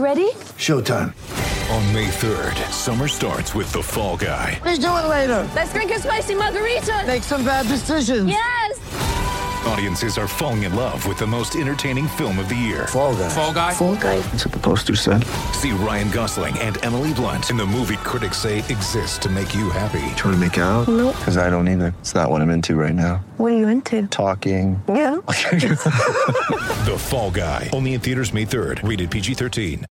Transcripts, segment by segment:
ready? Showtime. On May 3rd, summer starts with The Fall Guy. Let's do it later. Let's drink a spicy margarita. Make some bad decisions. Yes. Audiences are falling in love with the most entertaining film of the year. Fall guy. Fall guy. Fall guy. That's what the poster said. See Ryan Gosling and Emily Blunt in the movie critics say exists to make you happy. Trying to make it out? Nope. Because I don't either. It's not what I'm into right now. What are you into? Talking. Yeah. The Fall Guy. Only in theaters May 3rd. Rated PG 13.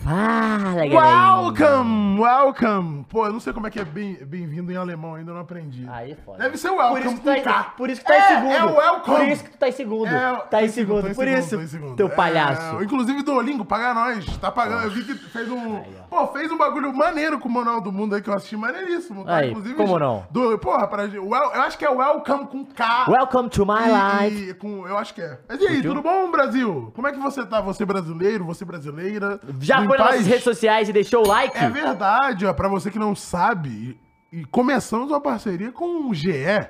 Fala, galera. Welcome, welcome. Pô, eu não sei como é que é bem- bem-vindo em alemão, ainda não aprendi. Aí é foda. Deve ser Por welcome isso que tu com tá, K. por isso que tu tá é, em segundo. É o welcome. Por isso que tu tá em segundo. É, tá em tô segundo. tô em Por segundo, isso. tô em segundo. Teu É, palhaço. inclusive, Duolingo, paga nós. Tá pagando. Eu vi que fez um. Pô, fez um bagulho maneiro com o Manual do Mundo aí que eu assisti maneiríssimo. Tá? Aí, inclusive, como não? Do, porra, pra, gente- well, eu acho que é welcome com K. Welcome to my E- life. e com- eu acho que é. Mas e aí, tudo bom, Brasil? Como é que você tá? Você brasileiro, você brasileira? Já Em foi nas paz? nossas redes sociais e deixou o like? É verdade, ó, pra você que não sabe, e e começamos uma parceria com o GE.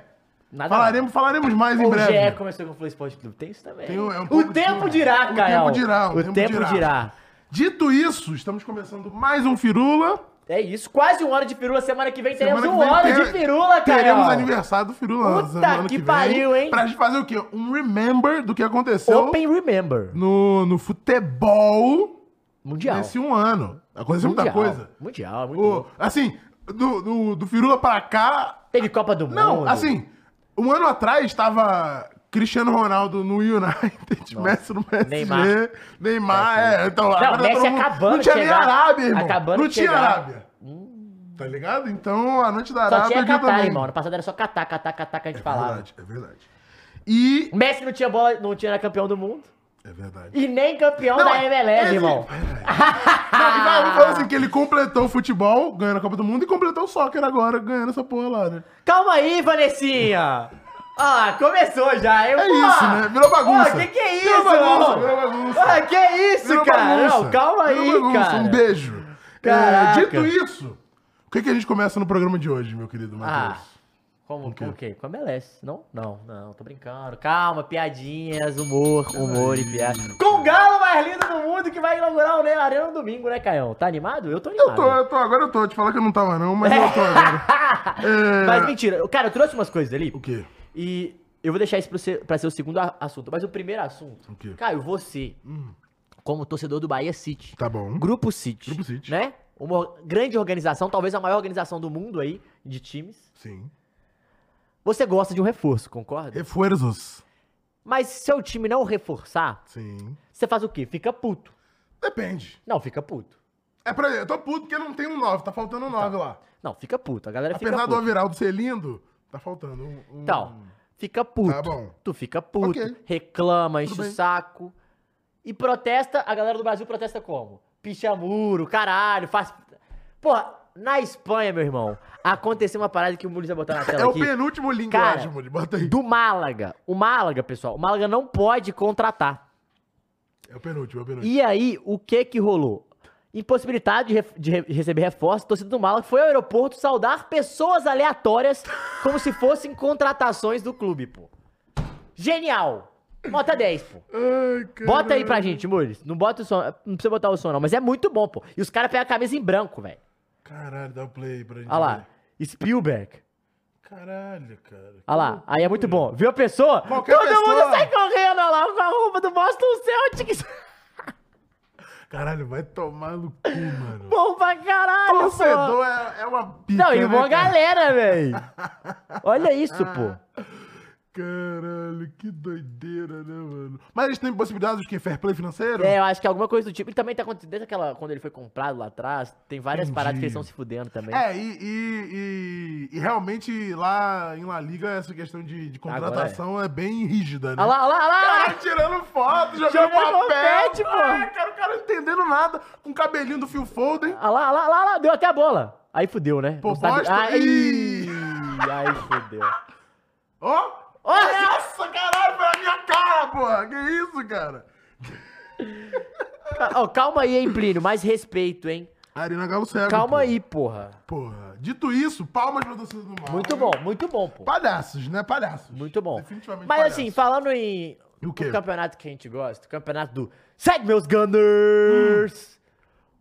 Nada Falaremos, falaremos mais em O breve. GE começou com o Flow Esporte Clube. Tem isso também. Tem um- é um o pouco tempo de- dirá, o Caio. tempo dirá, o O tempo tempo dirá. dirá. Dito isso, estamos começando mais um Firula. É isso. Quase uma hora de pirula. Semana que vem teremos Semana que uma vem um hora ter- de pirula, Caio. Teremos aniversário do Firula Puta semana que que vem, pariu, hein? Pra gente fazer o quê? Um remember do que aconteceu Open Remember. no, no futebol Mundial. nesse um ano. Aconteceu muita mundial. coisa. Mundial, muito O- bom. assim, do, do, do Firula pra cá, Teve Copa do Mundo. Não, assim, um ano atrás estava Cristiano Ronaldo no United, Messi no PSG, Neymar. Neymar, é, então Não, agora tá Messi todo mundo- acabando Não tinha de nem chegar. Arábia, irmão. Acabando não de tinha chegar. Hum. Arábia. Tá ligado? Então a noite da Arábia Só tinha aqui Catar, também. irmão. No passado era só Catar, Catar, Catar que a gente É falava. verdade, é verdade. E Messi não tinha bola, não tinha era campeão do mundo. é verdade. E nem campeão Não, é, da MLS, esse- irmão. Não, e vai, vamos falar assim que ele completou o futebol, ganhando a Copa do Mundo e completou o soccer agora, ganhando essa porra lá, né? Calma aí, Vanessinha. Ah, começou já. Eu, É isso, né? Virou bagunça. Pô, que que é isso? Virou bagunça, irmão? virou bagunça. Ah, que é isso, Virou cara? bagunça. Não, calma Virou aí, bagunça. cara. Um beijo. Caraca. É, dito isso, o que, que a gente começa no programa de hoje, meu querido Ah. Matheus? Como que? quê? Com a MLS. Não? Não, não, tô brincando. Calma, piadinhas, humor, humor e piada. Com o galo mais lindo do mundo que vai inaugurar o Ney Arena no domingo, né, Caião? Tá animado? Eu tô eu, animado. tô, eu tô, agora eu tô. Te falar que eu não tava, não, mas eu tô agora. É, Mas mentira, cara, eu trouxe umas coisas ali. O quê? E eu vou deixar isso pra, você, pra ser o segundo a- assunto. Mas o primeiro assunto, O quê? Hum. Caio, você, como torcedor do Bahia City, Tá bom. Grupo City, Grupo City. né? Uma or- grande organização, talvez a maior organização do mundo aí, de times. Sim. Você gosta de um reforço, concorda? Reforços. Mas se o time não reforçar, Sim. você faz o quê? Fica puto. Depende. Não, fica puto. É pra eu tô puto porque não tem um 9, tá faltando um 9 lá. Não, fica puto. A galera Apesar Então, fica do puto. Overaldo ser lindo, tá faltando um. um- Então, fica puto. Tá bom. Tu fica puto, Ok. reclama, enche Tudo o bem. saco. E protesta, a galera do Brasil protesta como? Picha muro, caralho, faz. Porra, na Espanha, meu irmão, aconteceu uma parada que o Muniz vai botar na tela É o aqui. penúltimo link, eu Cara, acho, Muri. Bota aí. Do Málaga. O Málaga, pessoal, o Málaga não pode contratar. É o penúltimo, é o penúltimo. E aí, o que que rolou? Impossibilitado de, ref- de re- receber reforço, a torcida do Málaga foi ao aeroporto saudar pessoas aleatórias como se fossem contratações do clube, pô. Genial! Nota 10, pô. Ai, cara. Bota aí pra gente, Muris. Não bota o som. Não precisa botar o som, não. Mas é muito bom, pô. E os caras pegam a camisa em branco, velho. Caralho, dá o play aí pra gente. Olha lá. ver. Spielberg. Caralho, cara. Olha lá. Aí é muito bom. Viu a pessoa? Qualquer Todo pessoa. mundo sai correndo olha lá com a roupa do Boston Celtics. Caralho, vai tomar no cu, mano. Bom pra caralho, pô. Torcedor é, é uma pica, Não, e né, uma cara? galera, velho. Olha isso, Ah. pô. Caralho, que doideira, né, mano? Mas eles têm possibilidade de que? Fair play financeiro? É, eu acho que é alguma coisa do tipo. E também tá acontecendo desde aquela. Quando ele foi comprado lá atrás, tem várias Entendi. paradas que eles estão se fudendo também. É, e, e, e- e realmente lá em La Liga essa questão de, de Agora é. contratação é. bem rígida, né? Olha Ah lá, olha lá, olha lá. Cara, tirando foto, jogando, Jogando papel. confete, pô. Ah, cara, o cara não entendendo nada. Com o cabelinho do Phil Foden. Ah lá, lá, lá, lá, deu até a bola. Aí fudeu, né? Pô, Não sabe- bosta. Aí, Ih. aí fudeu. Ó! Olha! Nossa, caralho, foi na minha cara, porra! Que isso, cara? Ca- ó, calma aí, hein, Plínio, mais respeito, hein? Arena Galo Cego. Calma porra. aí, porra. Porra. Dito isso, palmas pra torcida do mal. Muito bom, muito bom, pô. Palhaços, né? Palhaços. Muito bom. Definitivamente Mas palhaços. assim, falando em E o no quê? campeonato que a gente gosta, o campeonato do Segue Meus Gunners!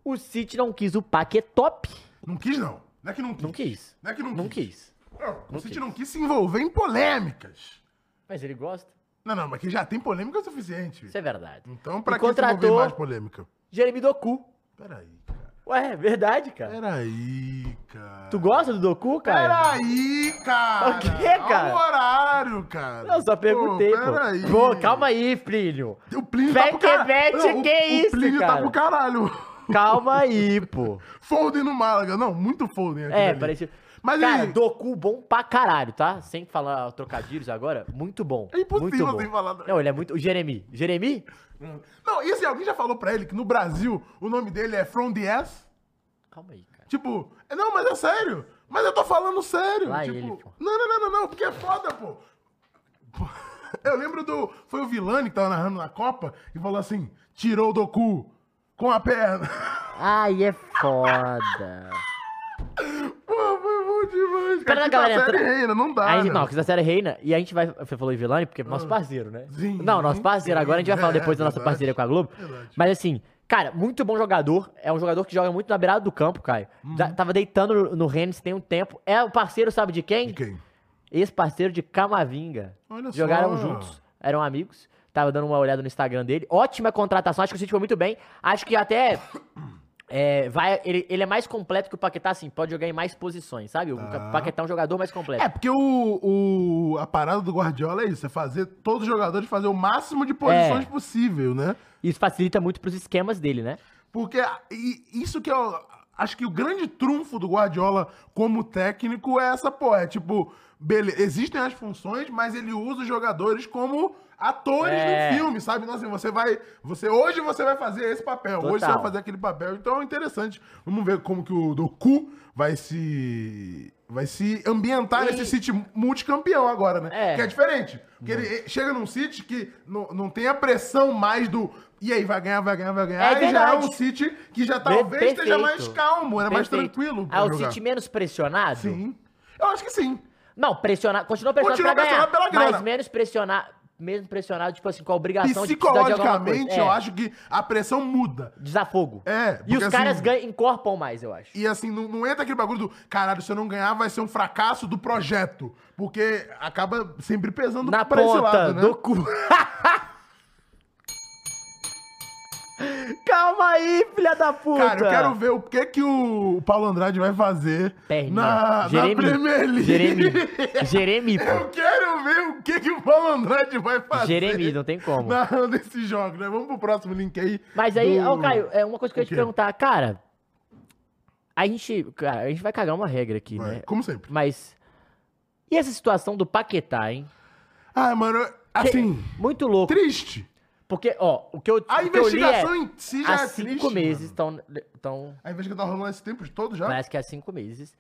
O City não quis o Paquetop. Não quis, não. Não é que não quis. Não quis. Não é que não, Não quis. quis. Não, o Não City quis. não quis se envolver em polêmicas. Mas ele gosta. Não, não, mas que já tem polêmica o suficiente. Isso é verdade. Então, pra E que se contratou- envolver mais polêmica? Jeremy Doku. Peraí, cara. Ué, é verdade, cara. Peraí, cara. Tu gosta do Doku, cara? Peraí, cara. O quê, cara? Olha o horário, cara. Não, só perguntei, pô. Peraí. Pô, calma aí, Plínio. O Plínio tá pro caralho. Bequevete, Não, o- que é isso, O Plínio tá cara? pro caralho. Calma aí, pô. Folding no Málaga. Não, muito folding aqui. É, parecia. Mas cara, aí- Doku bom pra caralho, tá? Sem falar trocadilhos agora, muito bom. É impossível muito bom. sem falar do- Não, ele é muito. O Jeremy. Jeremy? Não, e assim, alguém já falou pra ele que no Brasil o nome dele é From the Ass? Calma aí, cara. Tipo, é, não, mas é sério. Mas eu tô falando sério. Lá tipo, ele, pô. Não, não, não, não, não, porque é foda, pô. Pô, Eu lembro do. Foi o Vilani que tava narrando na Copa e falou assim: tirou o Doku com a perna. Ai, é foda. Pô, foi bom demais, cara. Pera, Aqui galera, tá série entra- reina, não dá. Aí, né? não, que da série Reina, e a gente vai. Você falou em Vilani, porque é nosso parceiro, né? Ah. Sim. Não, nosso parceiro. Agora a gente vai falar depois da nossa Verdade. parceria com a Globo. Verdade. Mas assim, cara, muito bom jogador. É um jogador que joga muito na beirada do campo, Caio. Uhum. Já Tava deitando no, no Rennes tem um tempo. É o parceiro, sabe de quem? De quem? Ex-parceiro de Camavinga. Olha só. Jogaram juntos, eram amigos. Tava dando uma olhada no Instagram dele. Ótima contratação, acho que o City foi muito bem. Acho que até. é, vai, ele, ele é mais completo que o Paquetá, assim, pode jogar em mais posições, sabe? O Tá. Paquetá é um jogador mais completo. É, porque o, o- a parada do Guardiola é isso, é fazer todos os jogadores fazer o máximo de posições É. possível, né? Isso facilita muito pros esquemas dele, né? Porque a- e- isso que eu acho que o grande trunfo do Guardiola como técnico é essa porra, é tipo, beleza, existem as funções, mas ele usa os jogadores como atores É. no filme, sabe? Então assim, você vai, você hoje você vai fazer esse papel, hoje você Total. vai fazer aquele papel, então é interessante. Vamos ver como que o Doku vai se vai se ambientar E- nesse City multicampeão agora, né? É. Hum. Que é diferente. Porque ele chega num City que não, não tem a pressão mais do. E aí, vai ganhar, vai ganhar, vai ganhar. É aí já é verdade. um City que já Be- talvez esteja perfeito. mais calmo, né? Mais Perfeito. tranquilo. pra Ah, o jogar. City menos pressionado? Sim. Eu acho que sim. Não, pressionar. Continua pressionado Continua pra ganhar, pressionado pela grana. Mas menos pressionado, menos pressionado, tipo assim, com a obrigação de precisar de alguma coisa. Psicologicamente, eu É, acho que a pressão muda. Desafogo. É, E porque os caras assim- ganham, encorpam mais, eu acho. E assim, não, não entra aquele bagulho do caralho, se eu não ganhar, vai ser um fracasso do projeto. Porque acaba sempre pesando Na pra né? ponta do cu. Calma aí, filha da puta. Cara, eu quero ver o que que o Paulo Andrade vai fazer Perninha. na, na Jeremy. Premier League. Jeremy. Jeremy, pô. Eu quero ver o que que o Paulo Andrade vai fazer. Jeremy, não tem como. Narrando esse jogo, né? Vamos pro próximo link aí. Mas aí, do- ó, Caio, é uma coisa que eu ia O te quê? perguntar. Cara, a gente, cara, a gente vai cagar uma regra aqui, Vai, né? Como sempre. Mas, e essa situação do Paquetá, hein? Ah, mano, eu- assim, Muito louco. triste. Porque, ó, o que eu, A o que eu li é, investigação em si já há é triste. cinco meses mano. estão... Tão, A investigação tá rolando esse tempo todo já? Parece que há cinco meses,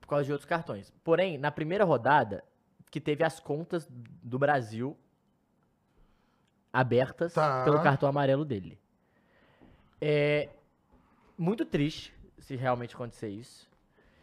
por causa de outros cartões. Porém, na primeira rodada, que teve as contas do Brasil abertas Tá. pelo cartão amarelo dele. É muito triste se realmente acontecer isso.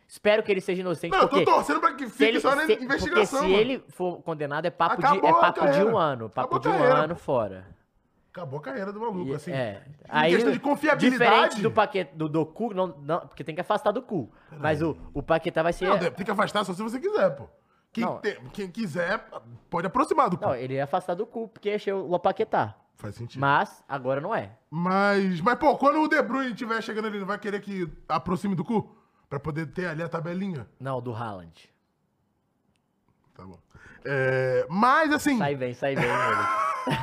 Espero que ele seja inocente, Não, eu porque tô torcendo pra que se fique ele, só na se, porque investigação. se mano. ele for condenado, é papo, de, Acabou é a papo de um carreira. ano. Papo Acabou a de um carreira. ano fora. Acabou a carreira do maluco, E- assim. é. Em questão de confiabilidade. Diferente do Paquetá, do, do cu, não, não, porque tem que afastar do cu. Mas o, o Paquetá vai ser. Não, tem que afastar só se você quiser, pô. Quem, é- Não. tem- quem quiser, pode aproximar do cu. Não, ele ia afastar do cu, porque achei o Lopaquetá. Faz sentido. Mas agora não é. Mas, mas, pô, quando o De Bruyne estiver chegando ali, não vai querer que aproxime do cu? Pra poder ter ali a tabelinha? Não, do Haaland. Tá bom. É, mas, assim, Sai bem, sai bem, ele.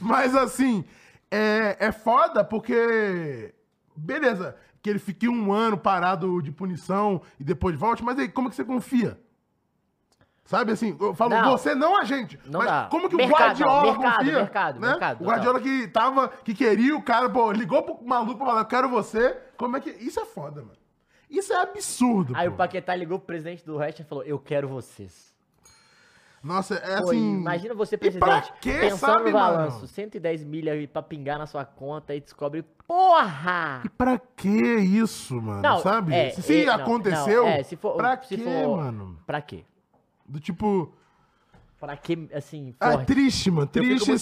mas, assim, é, é foda porque... Beleza, que ele fique um ano parado de punição e depois volte, mas aí, como é que você confia? Sabe, assim, eu falo, Não. você não a gente. Não mas dá. como que Mercado, o Guardiola não, mercado, confia? mercado, né? mercado, o Guardiola que tava, que queria o cara, pô, ligou pro maluco pra falar, eu quero você. Como é que... Isso é foda, mano. Isso é absurdo, Aí pô. o Paquetá ligou pro presidente do West e falou: Eu quero vocês. Nossa, é Pô, assim... imagina você, e pra presidente, quê, pensando sabe, no mano? balanço: 110 milha aí pra pingar na sua conta e descobre. Porra! E pra que isso, mano? Não, sabe? é, se se é, não, aconteceu, não, é, se for- pra se que, for- mano? Pra quê? Do tipo. Pra que, assim, Ah, forte. triste, mano. Eu fico Triste, muito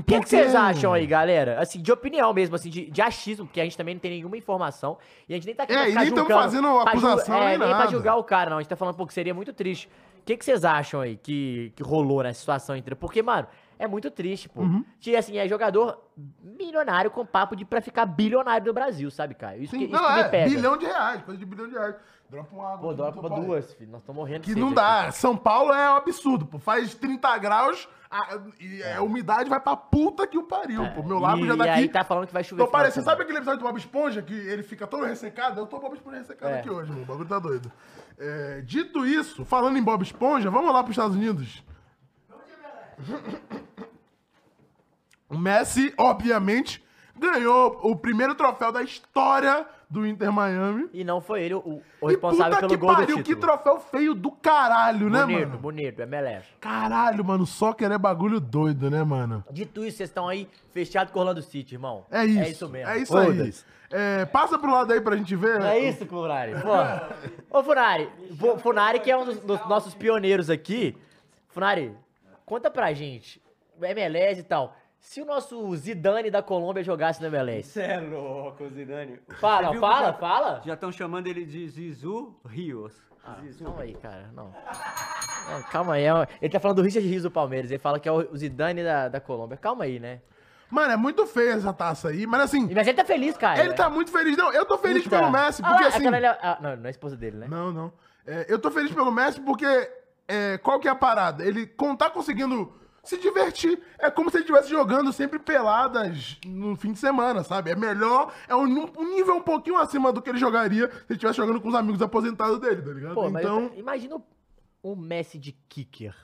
triste. O que, é que porque- vocês acham aí, galera? Assim, de opinião mesmo, assim, de, de achismo, porque a gente também não tem nenhuma informação. E a gente nem tá aqui É, pra e ficar nem tamo julgando, fazendo pra acusação julgar- é, nem pra nada. julgar o cara, não. A gente tá falando, pô, que seria muito triste. O que, que vocês acham aí que, que rolou nessa situação inteira? Porque, mano, é muito triste, pô. Uhum. Que, assim, é jogador milionário com papo de pra ficar bilionário no Brasil, sabe, Caio? Isso, que, Sim, isso não, que me é, pega. bilhão de reais, coisa de bilhão de reais. Dropa uma água. Pô, dá aqui pra no teu duas, filho. Nós estamos morrendo de Que sede não aqui. dá. São Paulo é um absurdo, pô. Faz 30 graus a, e é, a umidade vai pra puta que o pariu, pô. Meu lago É. e, já tá e aqui. aí tá falando que vai chover. final Tô de parecendo, semana. sabe aquele episódio do Bob Esponja que ele fica todo ressecado? Eu tô Bob Esponja ressecado É. aqui hoje, mano. O bagulho tá doido. É, dito isso, falando em Bob Esponja, vamos lá pros Estados Unidos. O Messi, obviamente, ganhou o primeiro troféu da história do Inter Miami. E não foi ele o, o E responsável pelo que gol do pariu, título. que troféu feio do caralho, né, bonito, mano? bonito, é meleve. Caralho, mano, soccer é bagulho doido, né, mano? Dito isso, vocês estão aí fechado com o Orlando City, irmão. É isso. É isso mesmo. É isso aí. Foda-se. É, passa pro lado aí pra gente ver. É isso, Funari. Porra. Ô, Funari. vo- Funari, que é um dos, dos nossos pioneiros aqui. Funari, conta pra gente. O MLS e tal. Se o nosso Zidane da Colômbia jogasse no MLS. Você é louco, Zidane. Você Fala, viu que fala, já- fala. Já estão chamando ele de Zizu Rios. Zizu. Calma aí, cara. Não. Não, calma aí. é uma- Ele tá falando do Richard Rios do Palmeiras. Ele fala que é o o Zidane da, da Colômbia. Calma aí, né? Mano, é muito feia essa taça aí, mas assim, Mas ele tá feliz, cara. ele tá muito feliz. Não, eu tô feliz Muito pelo cara. Messi, Ah porque lá, assim. aquela ali é- ah, não, não é a esposa dele, né? Não, não. É, eu tô feliz pelo Messi porque. é, qual que é a parada? Ele con- tá conseguindo se divertir. É como se ele estivesse jogando sempre peladas no fim de semana, sabe? É melhor. É um, nu- um nível um pouquinho acima do que ele jogaria se ele estivesse jogando com os amigos aposentados dele, tá ligado? Pô, mas é- então. imagina o, o Messi de kicker.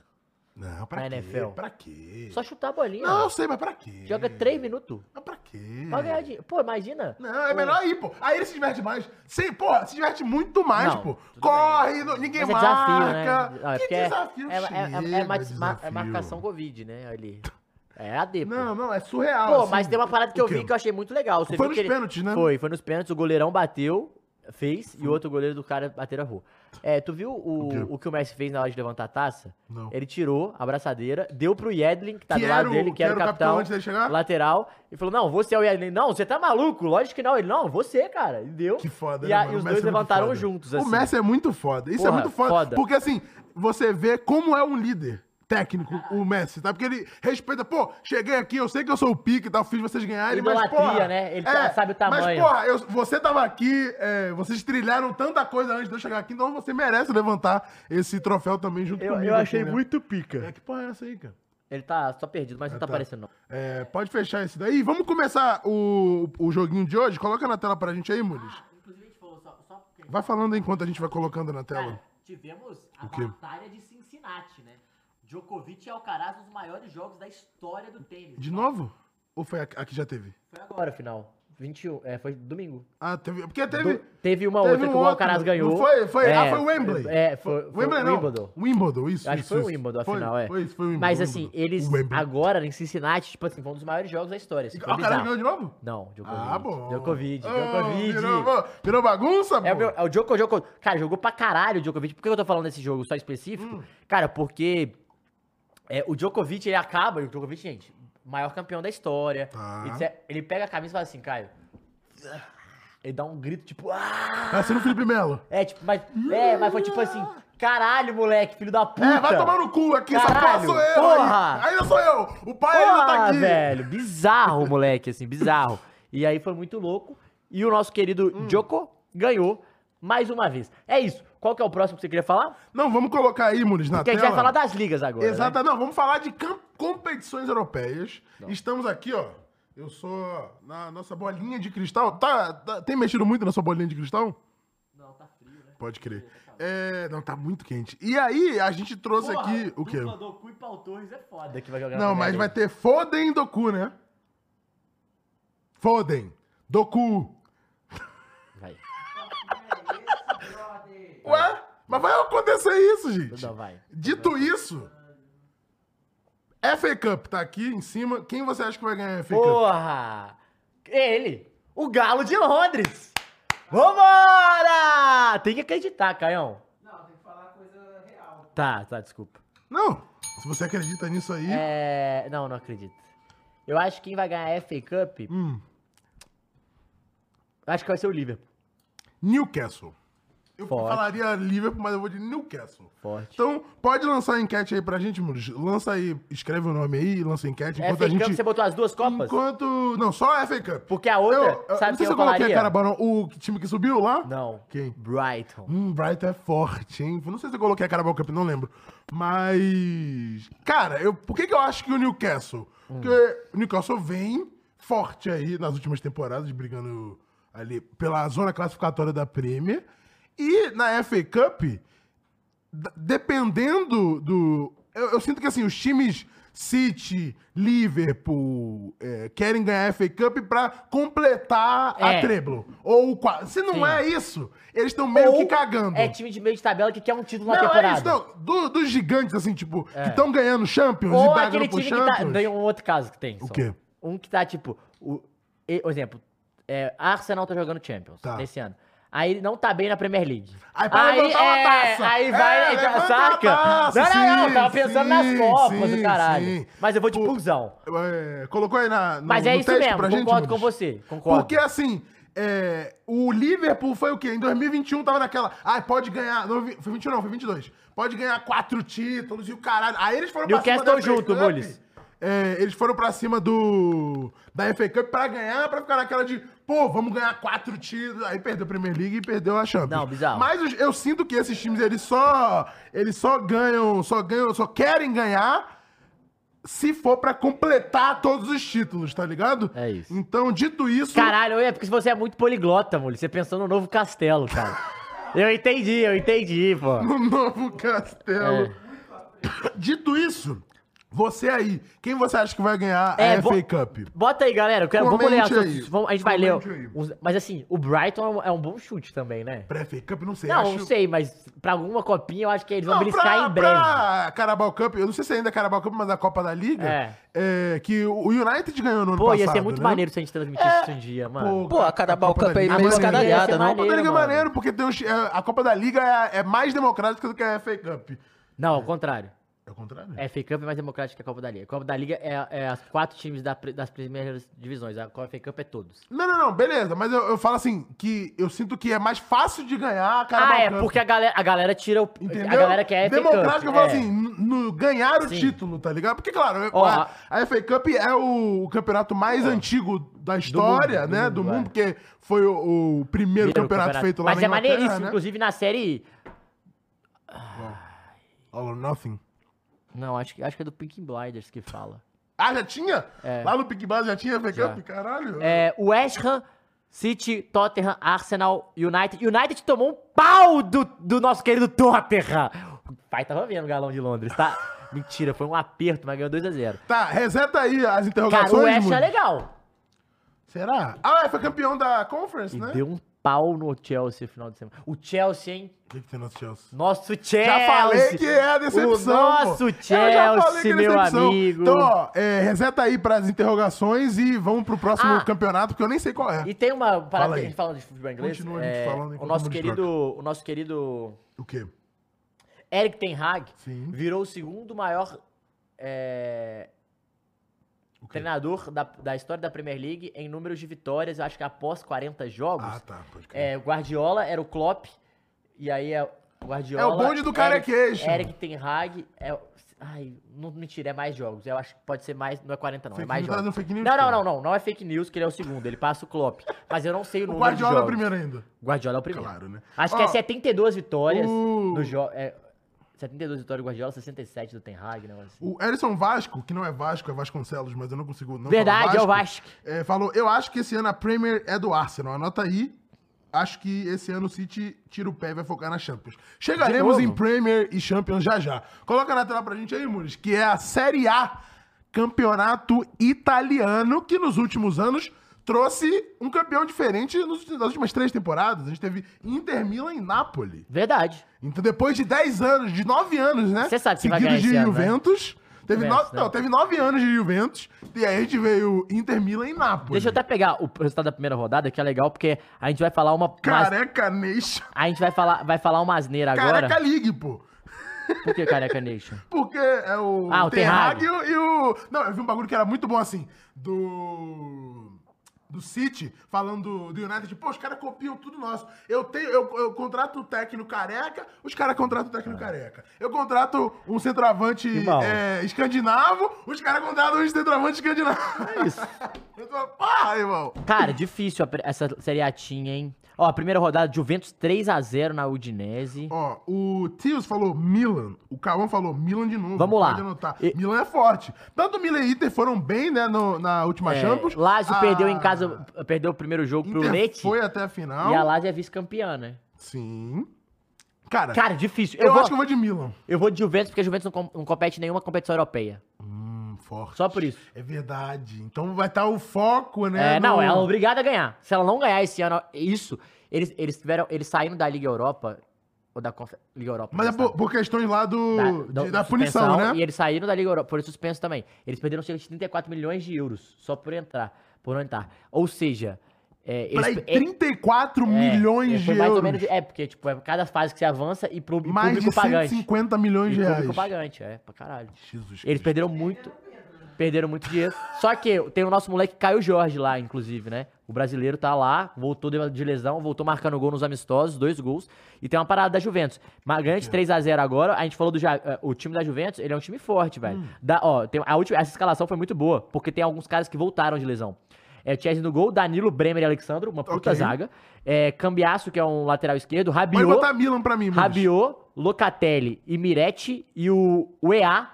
Não, pra na quê? NFL. Pra quê? Só chutar a bolinha. Não, eu sei, mas pra quê? Joga três minutos. Mas pra quê? Pra ganhar dinheiro. Pô, imagina. É. Não, é melhor ir, pô. Aí ele se diverte mais. Sim, porra, se diverte muito mais, Não, pô. tudo Corre, não- ninguém Mas é desafio, né? marca. Não, é que porque é- desafio é, é, é, é, chega, ma- ma- é desafio. marcação Covid, né? Ali. É AD, pô. Não, não, é surreal. Pô, assim. mas tem uma parada que O eu quê? vi que eu achei muito legal. Você viu Foi nos que ele- pênaltis, né? Foi, foi nos pênaltis. O goleirão bateu, fez, e o outro goleiro do cara bateu a rua. É, tu viu o, quê? o, que o Messi fez na hora de levantar a taça? Não. Ele tirou a abraçadeira, deu pro Yedlin, que tá Que do era lado o- dele, que era o capitão, antes dele chegar? lateral, e falou, não, você é o Yedlin. Não, você tá maluco, lógico que não. Ele, não, você, cara. E deu. Que foda, E, né, a- mano? e O os Messi dois é muito levantaram foda. juntos, assim. O Messi é muito foda. Isso Porra, é muito foda, foda. Porque assim, você vê como é um líder técnico o Messi, tá? Porque ele respeita, pô, cheguei aqui, eu sei que eu sou o pique e tal, fiz vocês ganharem, mas Idolatria, porra... é, né? Ele tá- sabe o Mas tamanho. porra, eu- você tava aqui, é, vocês trilharam tanta coisa antes de eu chegar aqui, então você merece levantar esse troféu também junto Eu- comigo. eu achei muito pica. É, que porra é essa aí, cara? Ele tá só perdido, mas não tá tá. aparecendo, não. É, pode fechar esse daí. Vamos começar o, o joguinho de hoje? Coloca na tela pra gente aí, Muniz. Vai falando enquanto a gente vai colocando na tela. Tivemos a O quê? batalha de Cincinnati, né? Djokovic e Alcaraz, um dos maiores jogos da história do tênis. De novo? Ou foi a, a que já teve? Foi agora, final. 21, é, foi domingo. Ah, teve. Porque teve. Do- teve uma teve outra um que o outro, Alcaraz não ganhou. foi? Foi- ah, foi o o Wembley. É, foi, foi Wimbledon, o não. Wimbledon. Wimbledon, isso. Eu acho que isso, foi o isso. Wimbledon, Foi- afinal, é. Foi isso, foi o Wimbledon. Mas assim, eles O Wembley. agora em Cincinnati, tipo assim, foi um dos maiores jogos da história. Assim, foi Ah, o cara bizarro. ganhou de novo? Não, Djokovic. Ah, bom. Djokovic, Ah, Djokovic. virou, virou bagunça, pô? É o, meu, é o Djoko- Djoko- Cara, jogou pra caralho o Djokovic. Por que eu tô falando desse jogo só específico? Hum. Cara, porque é, o Djokovic, ele acaba... e O Djokovic, gente, maior campeão da história. Tá. etc. Ele pega a camisa e fala assim, Caio... Ele dá um grito, tipo... "Ah!" Tá sendo o Felipe Melo. É, tipo, mas... É, mas foi tipo assim... Caralho, moleque, filho da puta! É, vai tomar no cu aqui, essa porra Caralho, sou eu! porra! Aí. Ainda sou eu! O pai ainda tá Porra, aqui! velho! Bizarro, moleque, assim, bizarro. E aí foi muito louco. E o nosso querido Hum. Djoko ganhou mais uma vez. É isso. Qual que é o próximo que você queria falar? Não, vamos colocar aí, Muniz, na Porque a tela. gente vai falar das ligas agora. né? Exato, não, vamos falar de cam- competições europeias. Estamos aqui, ó. Eu sou na nossa bolinha de cristal. Tá, tá- tem mexido muito na sua bolinha de cristal? Não, tá frio, né? Pode crer. É, não, tá muito quente. E aí, a gente trouxe aqui o quê? Doku e Pau Torres é foda que vai jogar Não, na mas Premier vai ter Foden e Doku, né? Foden, Doku. League. é Ué? Mas vai acontecer isso, gente. Não, vai. Dito isso, FA Cup tá aqui em cima. Quem você acha que vai ganhar a FA Cup? Porra! Ele! O Galo de Londres! Vambora! Tem que acreditar, Caião. Não, tem que falar coisa real. Tá, tá, desculpa. Não, Se você acredita nisso aí, É. Não, não acredito. Eu acho que quem vai ganhar a FA Cup. Hum. Acho que vai ser o Liverpool. Newcastle. Eu Forte. falaria Liverpool, mas eu vou de Newcastle. Forte. Então, pode lançar a enquete aí pra gente, Muros. Lança aí, escreve o nome aí, lança a enquete. FA Enquanto Então, a Cup, gente... você botou as duas copas? Enquanto... Não, só a FA Cup. Porque a outra, sabe quem não sei eu se eu coloquei falaria? a cara, Barão. O time que subiu lá? Não. Quem? Brighton. Hum, Brighton é forte, hein? Não sei se eu coloquei a Carabao Cup, não lembro. Mas. Cara, eu, por que, que eu acho que o Newcastle? Porque o Newcastle vem forte aí nas últimas temporadas, brigando ali pela zona classificatória da Premier. E na FA Cup, d- dependendo do. Eu, eu sinto que assim, os times City, Liverpool é, querem ganhar a FA Cup pra completar É. a treble. Ou quase. Se não é isso, eles estão meio Ou que cagando. É time de meio de tabela que quer um título na não, temporada. É. é isso, não. Do- dos gigantes, assim, tipo, que estão ganhando Champions Ou e aquele pagando pro time que tá. Champions. Tem um outro caso que tem. O só. quê? Um que tá tipo. O, e- por exemplo, é, Arsenal tá jogando Champions Tá. nesse ano. Aí ele não tá bem na Premier League. Aí pra levantar uma taça. Aí É, vai, então, levanta uma saca? não, taça, não, não, eu sim, tava pensando nas sim, Copas do sim, caralho. sim. Mas eu vou de Pô, pulsão. É, colocou aí na, no, Mas é no isso texto mesmo, pra gente, concordo com Muros? você. Concordo. Porque assim, é, o Liverpool foi o quê? Em 2021 tava naquela. Ah, pode ganhar. Não, vi- foi 21, não, foi 22. Pode ganhar quatro títulos e o caralho. Aí eles foram Newcastle da FA junto, Cup. Mules. É, eles foram pra cima do. Da FA Cup pra ganhar, pra ficar naquela de, pô, vamos ganhar quatro títulos. Aí perdeu a Premier League e perdeu a Champions. Não, bizarro. Mas os- eu sinto que esses times, eles só. Eles só ganham, só ganham, só querem ganhar se for pra completar todos os títulos, tá ligado? É isso. Então, dito isso. Caralho, é porque você é muito poliglota, mulher. Você pensou no novo castelo, cara. eu entendi, eu entendi, pô. no um novo castelo. É. Dito isso, você aí, quem você acha que vai ganhar É, a bo- FA Cup? Bota aí, galera. Eu quero, vamos Comente ler as aí. suas, vamos- A gente vai ler. Comente aí. uns- mas assim, o Brighton é um, é um bom chute também, né? Pra FA Cup, não sei. Não, acho- não sei, mas pra alguma copinha eu acho que eles vão Não, briscar pra- em breve. Pra Carabao Cup, eu não sei se ainda é Carabao Cup, mas a Copa da Liga, É. é, que o United ganhou no ano Pô, passado, ia ser muito né? maneiro se a gente transmitisse isso um dia, mano. Pô, a Carabao Copa da Cup aí Liga deu é uma maneiro. escanalhada, Ia ser não? Copa da Liga Maneiro, é mano. maneiro, porque tem os- é, a Copa da Liga é, é mais democrática do que a FA Cup. Não, ao contrário. É o contrário? A FA Cup é mais democrática que a Copa da Liga. A Copa da Liga é, é as quatro times da pri- das primeiras divisões. A Copa FA Cup é todos. Não, não, não, beleza. Mas eu, eu falo assim, que eu sinto que é mais fácil de ganhar a Carabao Ah, é, Cup, porque a galera, a galera tira o. Entendeu? A galera que é FA Cup. Democrático, eu é. falo assim, no, no ganhar o Sim. título, tá ligado? Porque, claro, Ó, a, a FA Cup é o, o campeonato mais antigo da história, mundo, né? do Do mundo, mundo, porque foi o, o Primeiro primeiro campeonato, feito lá Mas na é maneiríssimo, Inglaterra, né? inclusive na série. All or nothing. Não, acho que, acho que é do Pink Blinders que fala. Ah, já tinha? É. Lá no Big Bad já tinha FA Cup? Caralho. É, West Ham, City, Tottenham, Arsenal, United. United tomou um pau do, do nosso querido Tottenham. O pai tava vendo o galão de Londres, tá? Mentira, foi um aperto, mas ganhou 2x0. Tá, reseta aí as Cara, o interrogações, West Ham é mano. legal. Será? Ah, foi campeão da Conference, E né? deu um pau no Chelsea no final de semana. O Chelsea, hein? O que, que tem no Chelsea? Nosso Chelsea! Já falei que é a decepção. O nosso pô. Eu já falei que Chelsea, é meu decepção. amigo. Então, ó, é, reseta aí pras interrogações e vamos pro próximo Ah. campeonato, porque eu nem sei qual é. E tem uma parada Fala que a aí. gente fala de futebol inglês. Continua a gente é, falando o enquanto nosso eu me querido, o nosso querido O quê? Eric Ten Hag Sim. virou o segundo maior é, treinador da, da história da Premier League em números de vitórias, eu acho que após 40 jogos. Ah, tá. Pode crer. É, o Guardiola era o Klopp, e aí é o Guardiola... É o bonde do carequeixo. Eric, Eric Ten Hag é... o- Ai, não, mentira, é mais jogos. Eu acho que pode ser mais... Não é 40 não, Fake é mais news, tá jogos. dando fake news, não, não, cara. não, não. Não é fake news que ele é o segundo. Ele passa o Klopp. Mas eu não sei o o número Guardiola é de o jogos. primeiro ainda. Guardiola é o primeiro. Claro, né? Acho que é Ó, 72 vitórias o- do jogo. É, 72 vitórias do Guardiola, 67 do Ten Hag, né? Assim. O Erison Vasco, que não é Vasco, é Vasconcelos, mas eu não consigo não Verdade, é o falar Vasco. é, falou, eu acho que esse ano a Premier é do Arsenal. Anota aí. Acho que esse ano o City tira o pé e vai focar na Champions. Chegaremos De em novo? Premier e Champions já já. Coloca na tela pra gente aí, Muris, que é a Série A, campeonato italiano, que nos últimos anos trouxe um campeão diferente nos- nas últimas três temporadas. A gente teve Inter Milan e Napoli. Verdade. Então, depois de 10 anos, de 9 anos, né? Você sabe quem vai Seguidos ganhar esse de ano, né? Juventus. Teve Juventus, nove- né? Não, teve 9 anos de Juventus. E aí a gente veio Inter Milan e Nápoles. Deixa eu até pegar o resultado da primeira rodada, que é legal, porque a gente vai falar uma. umas- Careca Nation. a gente vai falar, vai falar uma asneira agora. Careca League, pô. Por que Careca Nation? Porque é o Ah, o Ten Hag Ten e o, e o- Não, eu vi um bagulho que era muito bom assim. Do. Do City, falando do, do United, tipo, pô, os caras copiam tudo nosso. Eu tenho, eu, eu contrato o técnico careca, os caras contratam o técnico careca. Eu contrato um centroavante Irmão. é, escandinavo, os caras contratam um centroavante escandinavo. É isso. eu tô, porra, irmão. Cara, difícil a pre- essa Série A tinha, hein? Ó, a primeira rodada, Juventus 3x0 na Udinese. Ó, o Tios falou Milan, o Cauã falou Milan de novo. Vamos lá. Pode anotar. E- Milan é forte. Tanto o Milan e Inter foram bem, né, no- na última É, Champions. Lazio A perdeu em casa, perdeu o primeiro jogo pro Inter Leite. Foi até a final. E a Lazio é vice-campeã, né? Sim. Cara, Cara, difícil. eu, Eu, vou, acho que eu vou de Milan. eu vou de Juventus, porque a Juventus não, com- não compete em nenhuma competição europeia. Hum, forte. Só por isso. É verdade. Então vai estar o foco, né? É, não, no- ela é obrigada a ganhar. Se ela não ganhar esse ano, isso, eles, eles tiveram. Eles saíram da Liga Europa. Ou da Confe- Liga Europa. Mas é né, sabe? por, por questões lá do, de- da, punição, suspensão, né? E eles saíram da Liga Europa, por suspenso também. Eles perderam cerca de 34 milhões de euros só por entrar, por não entrar. Ou seja, é, eles- Peraí, é- 34 é, milhões foi de mais euros. ou menos, é, porque tipo, é cada fase que você avança e pro, e mais público de pagante. 150 milhões de E público reais. pagante, é, pra caralho. Jesus Eles perderam muito. Perderam muito dinheiro. Só que tem o nosso moleque Caio Jorge lá, inclusive, né? O brasileiro tá lá, voltou de de lesão, voltou marcando gol nos amistosos, dois gols. E tem uma parada da Juventus. Magante 3 a 0 agora. A gente falou do Ja- eh, o time da Juventus, ele é um time forte, Hum. velho. Da, ó, tem, a última, essa escalação foi muito boa, porque tem alguns caras que voltaram de lesão. É Chesney no gol, Danilo, Bremer e Alexandro, uma puta Ok. zaga. É, Cambiaço, que é um lateral esquerdo, Pode Rabiot, botar Milan pra mim, mano. Rabiot, Locatelli e Miretti e o o EA,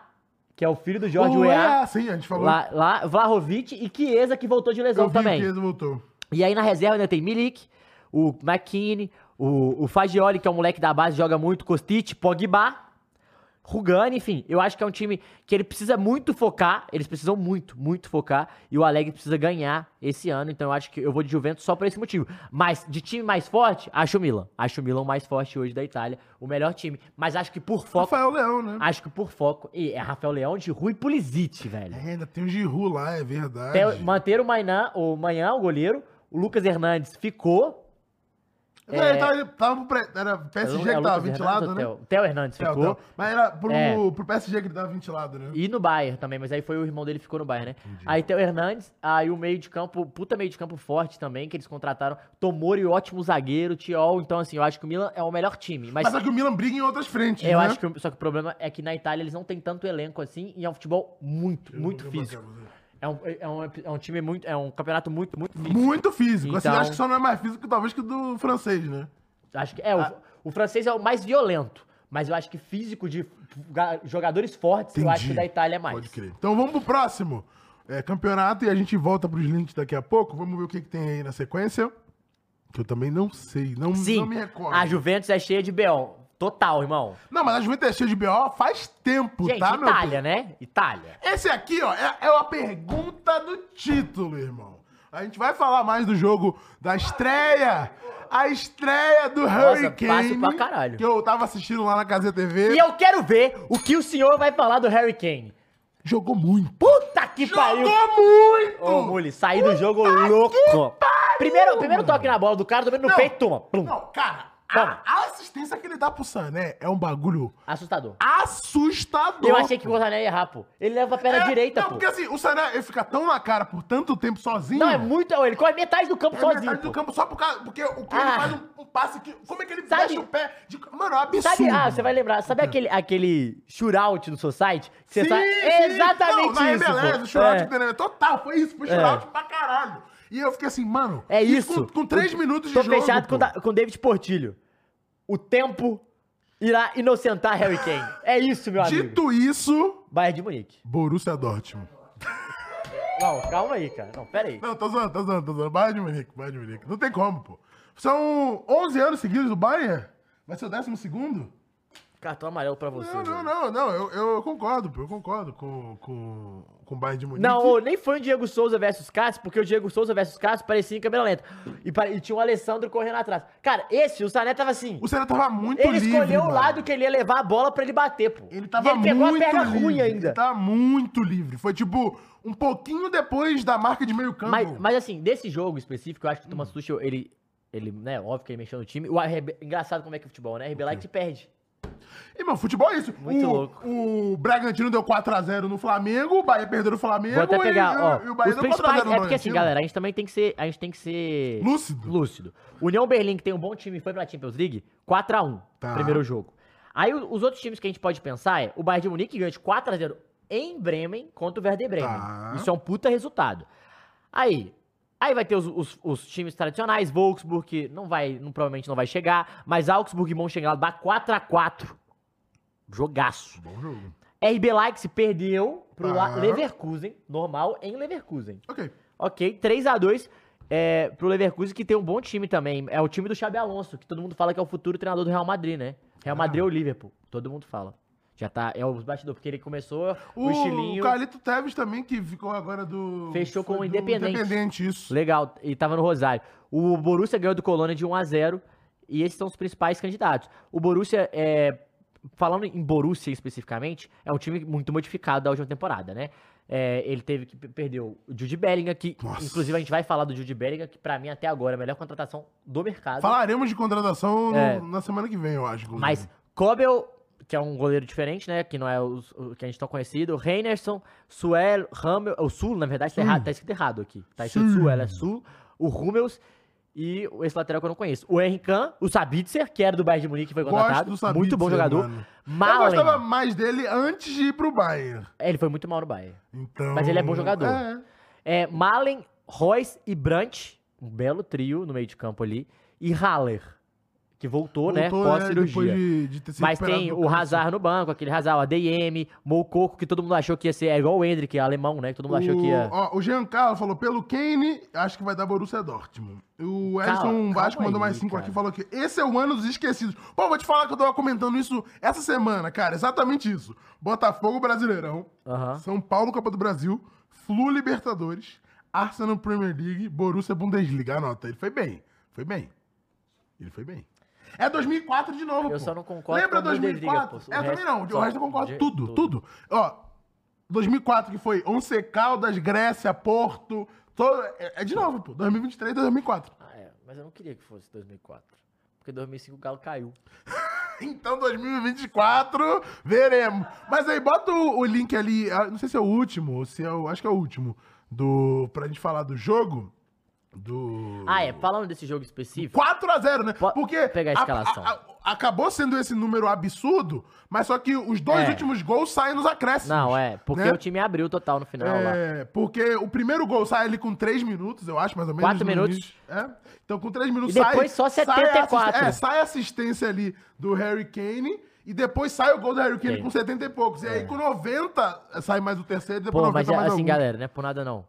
que é o filho do Jorge O Uea, EA, sim, assim, a gente falou. lá, lá, Vlahovic e Chiesa, que voltou de eu lesão vi também. que ele voltou. E aí na reserva ainda tem Milik, o McKinney, o, o Fagioli, que é um moleque da base, joga muito, Kostic, Pogba, Rugani, enfim. Eu acho que é um time que ele precisa muito focar, eles precisam muito, muito focar, e o Alegre precisa ganhar esse ano, então eu acho que eu vou de Juventus só por esse motivo. Mas de time mais forte, acho o Milan. Acho o Milan o mais forte hoje da Itália, o melhor time. Mas acho que por foco, Rafael Leão, né? acho que por foco, e é Rafael Leão de Rui Pulisic, velho. É, ainda tem o Giroud lá, é verdade. Até manter o Mainan, o Manhã, o goleiro. O Lucas Hernandes ficou. Não, ele tava, ele tava pro pre- era É PSG o que tava Lucas Hernandes ventilado, ou né? Theo? O Theo Hernandes Theo, ficou. Theo. Mas era pro, É. pro PSG que ele tava ventilado, né? E no Bayern também, mas aí foi o irmão dele que ficou no Bayern, né? Aí Theo Hernandes, aí o meio de campo, puta meio de campo forte também, que eles contrataram. Tomori, ótimo zagueiro, Tiol. Então, assim, eu acho que o Milan é o melhor time. Mas, Mas só que o Milan briga em outras frentes, eu né? acho que. o- Só que o problema é que na Itália eles não têm tanto elenco assim e é um futebol muito, muito físico. É um, é, um, é um time muito. É um campeonato muito, muito físico. Muito físico. Assim, Então- acho que só não é mais físico, talvez, que o do francês, né? Acho que é, o, Ah. o francês é o mais violento, mas eu acho que físico de ga- jogadores fortes, eu acho que Entendi. da Itália é mais. Pode crer. Então vamos pro próximo é, campeonato e a gente volta pros links daqui a pouco. Vamos ver o que, que tem aí na sequência. Que eu também não sei, não, Sim, não me recordo. a Juventus é cheia de B.O. Total, irmão. Não, mas a Juventus é cheia de BO faz tempo, Gente, tá, meu povo? Itália, né? Itália. Esse aqui, ó, é, é a pergunta do título, irmão. A gente vai falar mais do jogo da estreia. A estreia do Hurricane. fácil pra caralho. Que eu tava assistindo lá na Casa TV. E eu quero ver o que o senhor vai falar do Harry Kane. Jogou muito. Puta que pariu! Jogou muito! Ô, Muli, saí do jogo louco. Primeiro, primeiro toque na bola do cara, do meio no Não. peito, toma. Plum. Não, cara, Toma. a, a assistência que ele dá pro Sané é um bagulho Assustador. assustador. Eu achei que o Rosané ia errar, pô. Ele leva pra perna É, direita, Não, pô. porque assim, o Sané ele fica tão na cara por tanto tempo sozinho. Não, é muito. Ele corre metade do campo É sozinho. metade pô. do campo só por causa. Porque o Kane Ah. faz um, um passe que. Como é que ele Sabe- fecha o pé? De, mano, é um absurdo. Sabe, ah, você vai lembrar, sabe aquele, aquele shootout do Society? Que você É. Sim, sabe- sim. Exatamente Não, na isso. MLS, pô. o shootout É. do Daniel, total, foi isso, foi shootout pra caralho. E eu fiquei assim, mano. É isso. Com, com três Eu minutos de Tô jogo. fechado com, pô. da- com David Portilho. O tempo irá inocentar Harry Kane. É isso, meu amigo. Dito isso, Bayern de Munique. Borussia Dortmund. Não, calma aí, cara. Não, pera aí. Não, tô zoando, tô zoando, tô zoando. Bayern de Munique, Bayern de Munique. Não tem como, pô. São 11 anos seguidos do Bayern? Vai ser o décimo segundo? Cartão amarelo pra você. Não, não, velho. não, não. Eu, eu concordo, pô. Eu concordo com, com, com o Bayern de Munique. Não, ô, nem foi um Diego Souza versus Cássio, porque o Diego Souza versus Cássio parecia em câmera lenta. E, pare- e tinha o Alessandro correndo atrás. Cara, esse, o Sané tava assim. O Senna tava muito Ele livre. escolheu o mano. lado que ele ia levar a bola pra ele bater, pô. Ele tava e ele pegou muito a perna livre. ruim Ele ainda. tava muito livre. Foi tipo um pouquinho depois da marca de meio campo. Mas, mas assim, desse jogo específico, eu acho que o Thomas Tuchel, ele, ele, né, óbvio que ele mexeu no time. O RB, engraçado como é que é o futebol, né? RB Leipzig perde. E, meu, futebol é isso. Muito o, louco. O Bragantino deu 4x0 no Flamengo, o Bahia perdeu no Flamengo. Vou até e- pegar, e, ó. e o Bahia os deu 4x0 principais. no É porque assim, Bragantino. galera, a gente também tem que ser. A gente tem que ser. Lúcido. Lúcido. União Berlim, que tem um bom time, foi pra Champions League, 4x1. Tá. Primeiro jogo. Aí o- os outros times que a gente pode pensar é o Bayern de Munique ganha de 4x0 em Bremen contra o Werder Bremen. Tá. Isso é um puta resultado. Aí. Aí vai ter os, os- os times tradicionais, Wolfsburg, que não vai, não- provavelmente não vai chegar, mas Augsburg e Mönchengladbach 4x4. Jogaço. Bom jogo. RB Leipzig perdeu pro La- Tá. Leverkusen, normal, em Leverkusen. Ok. Ok, 3x2 é, pro Leverkusen, que tem um bom time também. É o time do Xabi Alonso, que todo mundo fala que é o futuro treinador do Real Madrid, né? Real Madrid ou Liverpool, todo mundo fala. Já tá, é os bastidores, porque ele começou o, O, estilinho... Carlito Teves também, que ficou agora do. Fechou com foi o do Independente. Independente, isso. Legal, e tava no Rosário. O Borussia ganhou do Colônia de 1x0, e esses são os principais candidatos. O Borussia, é, falando em Borussia especificamente, é um time muito modificado da última temporada, né? É, ele teve que perder o Jude Bellingham, que Nossa. inclusive a gente vai falar do Jude Bellingham, que pra mim até agora é a melhor contratação do mercado. Falaremos de contratação no- É. na semana que vem, eu acho. inclusive. Mas Kobel, que é um goleiro diferente, né? Que não é os- o que a gente tão conhecido. Reinerson, Suel, Hamel. O Sul, na verdade, tá, errado, tá escrito errado aqui. Tá escrito Suel, é Sul. O Hummels e o- esse lateral que eu não conheço. O Henrique Kahn, o Sabitzer, que era do Bayern de Munique, que foi Gosto contratado. do Sabitzer, muito bom jogador. mano. Eu Malen. gostava mais dele antes de ir pro Bayern. É, Ele foi muito mal no Bayern. Então. Mas ele é bom jogador. É. É, Malen, Royce e Brandt. Um belo trio no meio de campo ali. E Haller, que voltou, né? Voltou, Pós né, cirurgia. Depois de, de ter se Mas recuperado tem do o câncer. Hazard no banco, aquele Hazard, o ADM, Moukoko, que todo mundo achou que ia ser é igual o Hendrick, alemão, né? Que todo mundo achou que ia... O- ó, o Jean Carlo falou, pelo Kane, acho que vai dar Borussia Dortmund. O Calma- Edson calma Vasco mandou mais aí, cinco cara. aqui e falou que esse é o ano dos esquecidos. Pô, vou te falar que eu tava comentando isso essa semana, cara. Exatamente isso. Botafogo Brasileirão, Aham. São Paulo Copa do Brasil, Flu Libertadores, Arsenal Premier League, Borussia Bundesliga. Anota, ele foi bem. Foi bem. Ele foi bem. É 2004 de novo, Eu pô. só não concordo Lembra com a Bundesliga, 2004? pô. O É, eu também resto- não. só- O resto eu concordo. de- Tudo, tudo. Ó, 2004 que foi Once Caldas, Grécia, Porto. todo- é, é de novo, pô. 2023 2004. Ah, é, mas eu não queria que fosse 2004. Porque 2005 o Galo caiu. Então 2024, veremos. Mas aí, bota o, o link ali. ah, Não sei se é o último, ou se é o. Acho que é o último. Do, pra gente falar do jogo. Do. Ah, é, falando desse jogo específico... 4 a 0 né? Po- Porque. pegar a escalação. a- acabou sendo esse número absurdo, mas só que os dois É. últimos gols saem nos acréscimos. Não, é, porque né? o time abriu total no final lá. É, porque o primeiro gol sai ali com 3 minutos, eu acho, mais ou menos. Quatro no minutos. início. É. Então, com 3 minutos E depois só sai, sai a 74. assist- é, sai a assistência ali do Harry Kane. E depois sai o gol do Harry Kane Sim. com 70 e poucos. E aí, com 90, sai mais o terceiro, depois É. Pô, 90 mas é, mais um. assim, algum. galera, não é por nada não.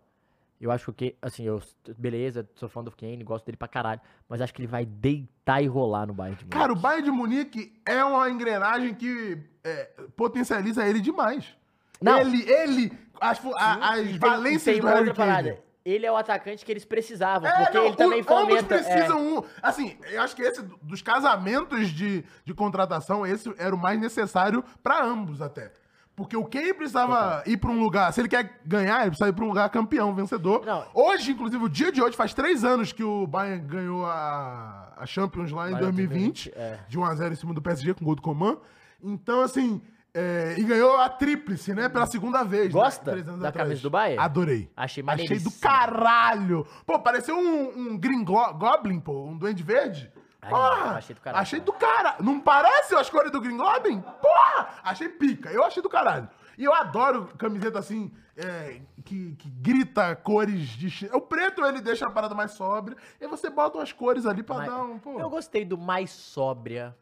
Eu acho que, assim, eu, beleza, sou fã do Kane, gosto dele pra caralho, mas acho que ele vai deitar e rolar no Bayern de Munique. Cara, o Bayern de Munique é uma engrenagem que é, potencializa ele demais. Não. Ele, ele, as, fu- a- as E tem- valências e Ah, tem do uma Harry outra Kane. parada. Ele é o atacante que eles precisavam, É, porque não, ele também o- fomenta... ambos precisam é. um. Assim, eu acho que esse do- dos casamentos de, de contratação, esse era o mais necessário pra ambos até. Porque o Kane precisava ir pra um lugar. Se ele quer ganhar, ele precisa ir pra um lugar campeão, vencedor. Não. Hoje, inclusive, o dia de hoje, faz três anos que o Bayern ganhou a, a Champions lá em Bayern 2020. 2020, é. De 1x0 em cima do PSG com o gol do Coman. Então, assim. é, e ganhou a tríplice, né? Pela segunda vez. né, Gosta três anos da atrás. camisa do Bayern? Adorei. Achei Achei do maneiríssimo. caralho. Pô, pareceu um, um Green Glo- Goblin, pô, um Duende Verde. Ai, Porra, achei do caralho. Achei do cara. Não parece as cores do Green Goblin? Porra, achei pica. Eu achei do caralho. E eu adoro camiseta assim, é, que, que grita cores de... O preto ele deixa a parada mais sóbria, e você bota umas cores ali pra Mas- dar um... Pô. Eu gostei do mais sóbria.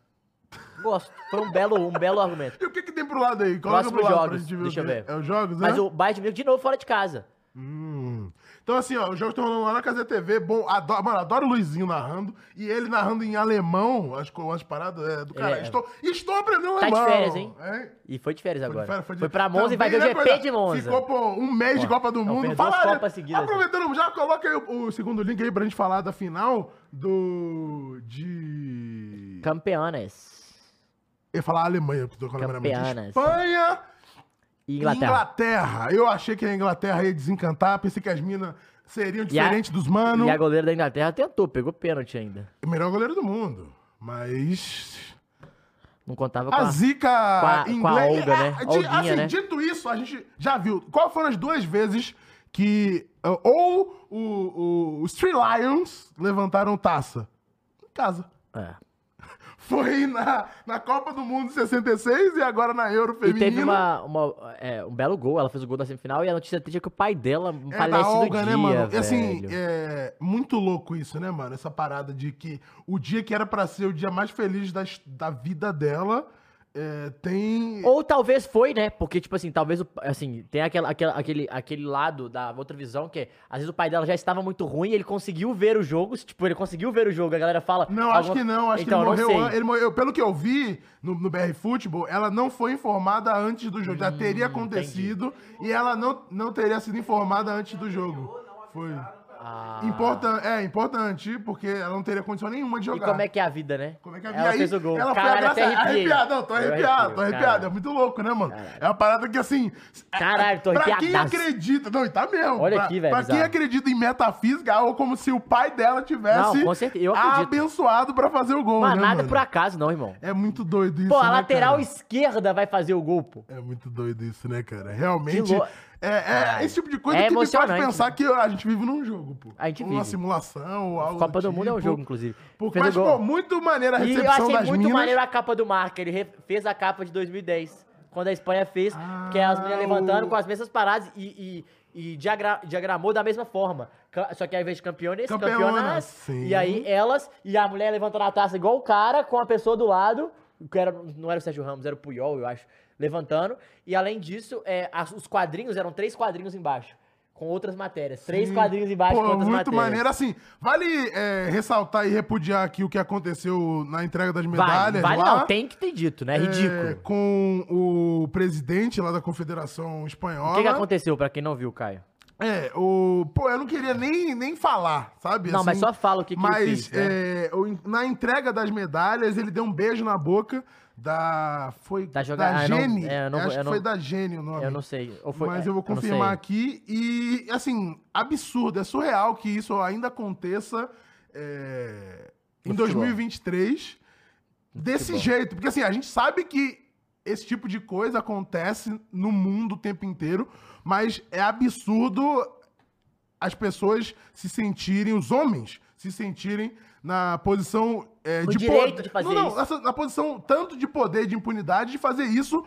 Gosto. Foi um belo, um belo argumento. E o que que tem pro lado aí? Próximo pro lado jogos, o deixa que- eu ver. É os jogos, Mas né? o Bayern de Munique de novo fora de casa. Hum. Então, assim, ó, os jogos estão rolando lá na Casa TV. Bom, adoro, mano, adoro o Luizinho narrando. E ele narrando em alemão, as, co- as paradas é, do cara. É. Estou, estou aprendendo Tá de alemão. férias, hein? É. E foi de férias Foi de agora. Foi, férias, de- pra Monza e vai ver o Também, GP né, coisa- de Monza. Ficou, pô, um mês de Ó, Copa do não, Mundo. perdeu Fala, as né? Copas seguidas, Aproveitando, já coloca aí o, o segundo link aí pra gente falar da final do... De... Campeonas. Eu ia falar Alemanha, porque eu tô com a memória muito- Campeanas. Espanha... E Inglaterra. Inglaterra. Eu achei que a Inglaterra ia desencantar, pensei que as minas seriam E a- diferentes dos manos. E a goleira da É Inglaterra tentou, pegou pênalti ainda. O melhor goleiro do mundo. Mas. Não contava Tá com A a... zica com a- inglesa. com a Olga, é, né? de- Olguinha, assim, né? dito isso, a gente já viu. Qual foram as duas vezes que ah, ou o, o, os Three Lions levantaram taça? Em casa. É. Foi na, na Copa do Mundo de 66 e agora na Euro E Feminina. teve uma, uma, é, um belo gol, ela fez o gol na semifinal e a notícia triste é que o pai dela É, falece da Olga, no dia, né, mano? E velho. Assim, é muito louco isso, né, mano? Essa parada de que o dia que era pra ser o dia mais feliz da, da vida dela é, tem. Ou talvez foi, né? Porque, tipo assim, talvez, o- assim, tem aquela, aquela- aquele, aquele lado da outra visão que, é, às vezes, o pai dela já estava muito ruim e ele conseguiu ver o jogo. Tipo, ele conseguiu ver o jogo, a galera fala... Não, acho alguma- que não. Acho Então, que ele não morreu, sei. an- ele morreu. Pelo que eu vi no, no BR Futebol, ela não foi informada antes do jogo. já Hum, teria acontecido e ela não, não teria sido informada antes do jogo. Foi. Ah. Importan é importante, porque ela não teria condição nenhuma E de jogar. como é que é a vida, né? Como é que eu vi Ela aí? fez o gol. Ela Caralho, foi até abraçar- arrepiei. arrepiado, não, tô Eu arrepiado, arrepio, tô arrepiado. É cara. muito louco, né, mano? É uma parada que assim. é- Caralho, tô Pra quem arrepiadaço. acredita. Não, e tá mesmo. Olha pra, aqui, velho, Pra quem bizarro. acredita em metafísica, ou como se o pai dela tivesse Não, com certeza, eu acredito. abençoado pra fazer o gol, Mas né? nada mano? por acaso, não, irmão. É muito doido isso. Pô, a né, lateral cara? esquerda vai fazer o gol, pô. É muito doido isso, né, cara? Realmente. Que lou- É, é esse tipo de coisa É que me faz emocionante, pensar né? que a gente vive num jogo, pô. A gente Ou Uma vive. simulação ou algo. Copa do Mundo é um tipo. jogo, inclusive. Pô, Fez o Mas, gol. pô, muito maneira a E recepção eu achei das muito minas. maneiro a capa do Marca. Ele re- fez a capa de 2010, quando a Espanha fez, que é as meninas Ah, levantando o- com as mesmas paradas e, e- e diagra- diagramou da mesma forma. Ca- Só que ao invés de campeões, Campeonas, campeonas. sim. E aí elas, e a mulher levantando a taça igual o cara, com a pessoa do lado, que era, não era o Sérgio Ramos, era o Puyol, eu acho, levantando. E além disso, é, as- os quadrinhos eram três quadrinhos embaixo. Com outras matérias. Três quadrinhos embaixo Pô, com outras muito matérias. maneiro. Assim, vale é, ressaltar e repudiar aqui o que aconteceu na entrega das Vale, medalhas vale lá. não, tem que ter dito, né? É ridículo. é, com o presidente lá da Confederação Espanhola. O que, que aconteceu, pra quem não viu, Caio? É, o... Pô, eu não queria nem, nem falar, sabe? Assim, Não, mas só fala o que que ele mas, fez, né? é, o- na entrega das medalhas, ele deu um beijo na boca da... Foi Da joga- ah, eu não- Gene. é, eu não vou- acho eu que não- foi da Gene o nome. Eu não sei. Ou foi- mas é, eu vou não sei. confirmar aqui. E, assim, absurdo. É surreal que isso ainda aconteça é, em No futebol. 2023 desse futebol. jeito. Porque, assim, a gente sabe que esse tipo de coisa acontece no mundo o tempo inteiro, mas é absurdo as pessoas se sentirem, os homens se sentirem na posição é, No de direito poder. de fazer não, não, isso. essa- na posição tanto de poder e de impunidade de fazer isso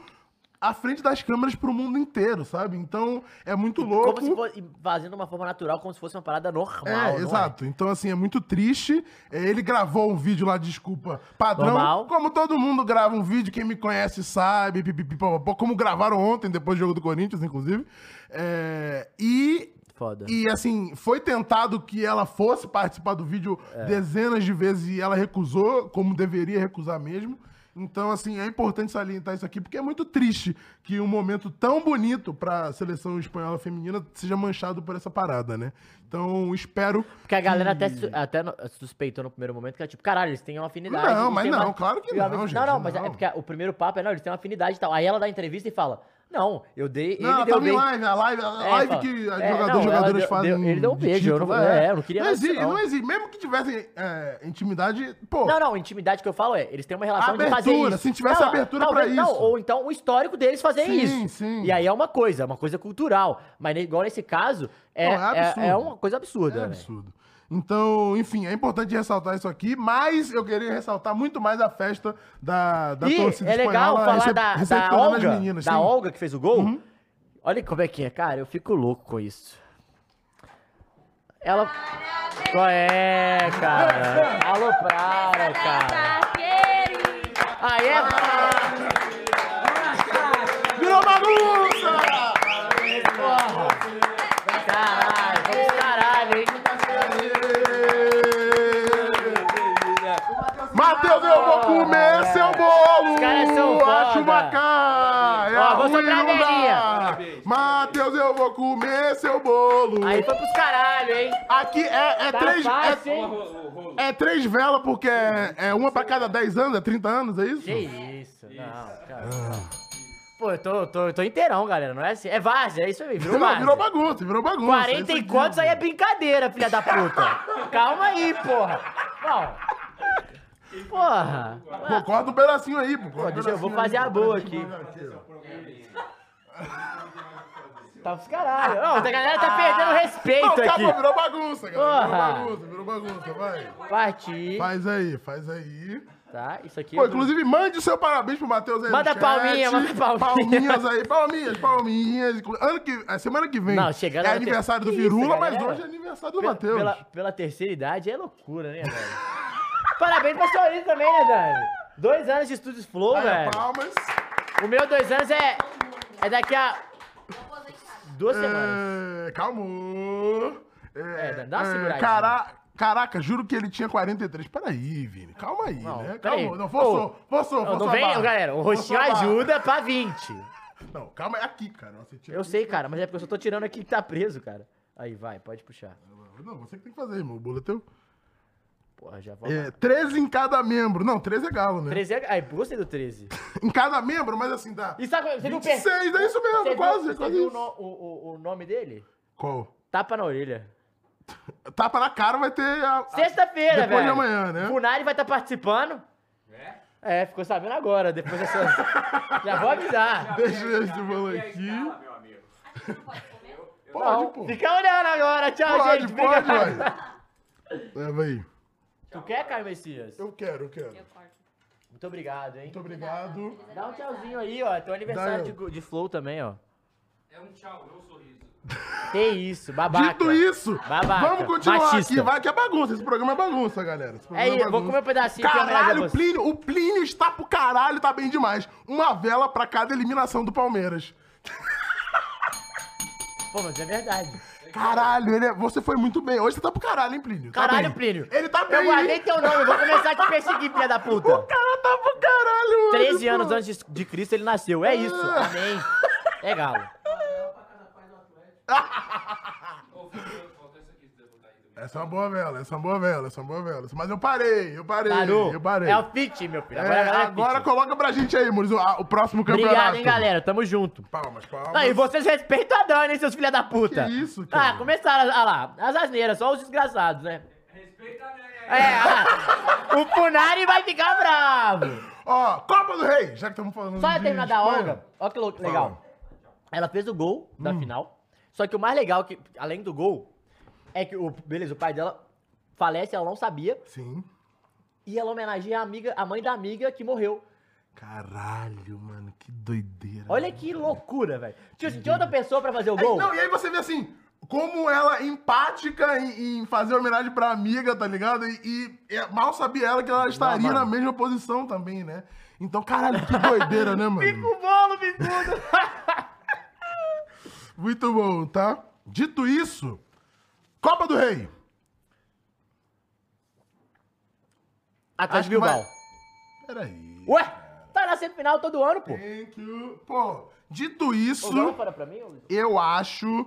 à frente das câmeras pro mundo inteiro, sabe? Então é muito louco. Como se fosse fazendo uma forma natural, como se fosse uma parada normal. É, não exato. Então, assim, é muito triste. É, Ele gravou um vídeo lá, desculpa, padrão. Normal. Como todo mundo grava um vídeo, quem me conhece sabe, pipipi, popopó, como gravaram ontem, depois do jogo do Corinthians, inclusive. É, e, Foda. e, assim, foi tentado que ela fosse participar do vídeo É. dezenas de vezes e ela recusou, como deveria recusar mesmo. Então, assim, é importante salientar isso aqui, porque é muito triste que um momento tão bonito para a seleção espanhola feminina seja manchado por essa parada, né? Então, espero Porque a galera até, su- até no- suspeitou no primeiro momento que era tipo, caralho, eles têm uma afinidade. Não, eles mas têm não, claro que E ela não, disse, gente, Não, não, mas não. é porque o primeiro papo é, não, eles têm uma afinidade e tal. Aí ela dá entrevista e fala, não, eu dei, ele Não, ela tá "Ah, deu tava em bem. live, a live, a É, live fala. que as É, jogadores, não, ela jogadoras deu- fazem. deu- ele deu um de beijo, eu título, não- é, eu não queria Não mais isso, existe, não. não. existe. Mesmo que tivessem é, intimidade, pô. Não, não, intimidade que eu falo é, eles têm uma relação de fazer Abertura, isso. se tivesse não, abertura talvez pra Não, isso. ou então o histórico deles fazer Sim, isso. sim. E aí é uma coisa, é uma coisa cultural. Mas ne- igual nesse caso, é, Não, é é, absurdo. é uma coisa absurda. É né? absurdo. Então, enfim, é importante ressaltar isso aqui, mas eu queria ressaltar muito mais a festa da, da e torcida é legal espanhola falar recep- da, da recepcionando as Olga, meninas, da sim. Uhum. Olga que fez o gol. Olha como é que é, cara, eu fico louco com isso. Ela... Qual é, cara? Alô, Prada, cara. Aí é... Virou bagunça! Caralho, vamos caralho, hein? Matheus, eu vou comer seu bolo! Os caras são A foda. chuvacá! É a Ó, vou ruim soprar a não dá. velhinha. Matheus, eu vou comer seu bolo! Aí foi pros caralho, hein? Aqui é, é Tá três... fácil, é- hein? É três velas porque é, é uma pra cada 10 anos, é 30 anos, é isso? Que isso, não, cara. Pô, eu tô, eu tô, eu tô inteirão, galera, não é assim? É várzea, é isso aí, virou Virou, várzea. virou bagunça, virou bagunça. é 40 isso e aqui. quantos aí é brincadeira, filha da puta. Calma aí, porra. Não. Porra. Pô, corta um pedacinho aí, pô. Pô, corta um deixa eu vou pedacinho fazer aí, a um boa aqui. pedacinho mais aqui, Tá pros caralho. Ó, a galera tá perdendo ó. Ah. Não, respeito acabou, aqui. virou bagunça, Porra. galera. Virou bagunça, virou bagunça, vai. Parti. Faz aí, faz aí. Tá, isso aqui. Pô, eu- inclusive, mande o seu parabéns pro Matheus aí. no Manda chat. palminha, manda palminha. Palminhas aí, palminhas, palminhas. Ano que, a semana que vem Não, chegando é na te- aniversário do Que Virula, isso, mas galera? hoje é aniversário do Pela- Matheus. Pela, pela terceira idade é loucura, né, velho? Parabéns pra senhorita também, né, Dani? Dois anos de Estúdios Flow, Aí, velho. Palmas. O meu dois anos é. É daqui a. Duas semanas. É, calmo. É, dá- dá uma seguradinha. cara- Caraca, juro que ele tinha 43. Peraí, Vini. Calma aí, Não, né? peraí. Calma. Não, forçou, forçou, Não, forçou. não a vem, barra. galera. O rostinho Forçou a barra. ajuda pra 20. Não, calma, é aqui, cara. Você tira Eu sei, cara, mas é porque eu só tô tirando aqui que tá preso, cara. Aí, vai, pode puxar. Não, você que tem que fazer, irmão. O bolo é teu. Porra, já volta. É, 13 em cada membro. Não, 13 é galo, né? 13 é... Ai, gostei do 13. Em cada membro, mas assim dá. E sabe, você viu o per- 26, é isso mesmo, Você viu- quase, você quase viu isso. o no- o, o- o nome dele? Qual? Tapa na orelha. Tapa na cara vai ter a. a- Sexta-feira, velho. Depois de amanhã, né? O Funari vai estar participando. É? É, ficou sabendo agora, depois dessa... Já vou avisar. Deixa esse bolo aqui. Pode, pô. Fica olhando agora, tchau, Pode, gente. pode, Obrigado. vai. Leva É, aí. Tu quer, Caio Messias? Eu quero, eu quero. Muito Muito obrigado, hein? obrigado. Dá um tchauzinho aí, ó. Teu aniversário Dá eu. de, go- de Flow também, ó. É um tchau, não um sorriso. Que isso, babaca. Dito isso, Babaca. vamos continuar Machista. aqui. Vai que é bagunça. Esse programa é bagunça, galera. Esse programa É isso, vou bagunça. comer um pedacinho aqui, homenagem Caralho, a o você. Plínio, o Plínio está pro caralho, tá bem demais. Uma vela pra cada eliminação do Palmeiras. Pô, mas é verdade. Caralho, ele é- você foi muito bem. Hoje você tá pro caralho, hein, Plínio? Tá Caralho, bem. Plínio. Ele tá bem, Eu guardei hein? teu nome, eu vou começar a te perseguir, filha da O puta. cara tá pro caralho, hoje, 13 pô. anos antes de Cristo ele nasceu. É isso. Ah. Amém. É galo. Essa é uma boa vela, essa é uma boa vela, essa é uma boa vela. Mas eu parei, eu parei, Parou. eu parei. É o fit, meu filho. É, Agora, agora agora, fit. coloca pra gente aí, Muris, o, a- o próximo campeonato. Obrigado, hein, galera. Tamo junto. Palmas, palmas. Ah, e vocês respeitam a Dani, hein, seus filha da puta. Que isso, cara? Ah, começaram, ah lá, as asneiras, só os desgraçados, né? Respeita a É, ah, o Funari vai ficar bravo. Ó, Copa do Rei, já que estamos falando Só de eu terminar da Espanha. Olga, olha que louco, legal. Ela fez o gol da Hum. final, só que o mais legal, que, além do gol, é que, o, beleza, o pai dela falece, ela não sabia, Sim. e ela homenageia a amiga, a mãe da amiga que morreu. Caralho, mano, que doideira. Olha que loucura, velho. Tinha, tinha outra pessoa pra fazer o Aí, gol? não, e aí você vê assim, como ela é empática em, em fazer homenagem pra amiga, tá ligado? E, e- e mal sabia ela que ela estaria na mesma posição também, né? Então, caralho, que doideira, né, mano? O bolo, bicudo. Muito bom, tá? Dito isso, Copa do Rei. Atlético que vai- Bilbao. Peraí. Ué, tá na semifinal todo ano, pô. Thank you. Pô, dito isso, Ô, Vamos para pra mim, ô, Luiz? eu acho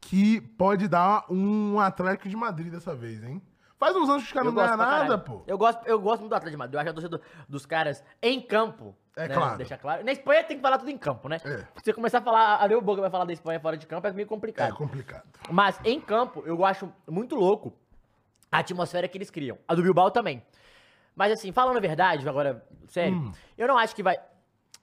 que pode dar um Atlético de Madrid dessa vez, hein? Faz uns anos que os caras Eu não ganham gosto pra nada, caralho. pô. Eu gosto, eu gosto muito do Atlético de Madrid. Eu acho a torcida do- dos caras em campo. É né? claro. Deixa claro. Na Espanha tem que falar tudo em campo, né? É. Se você começar a falar, abrir o boca vai falar da Espanha fora de campo, é meio É complicado. complicado. Mas em campo, eu acho muito louco a atmosfera que eles criam. A do Bilbao também. Mas assim, falando a verdade, agora, sério, Hum. eu não acho que vai.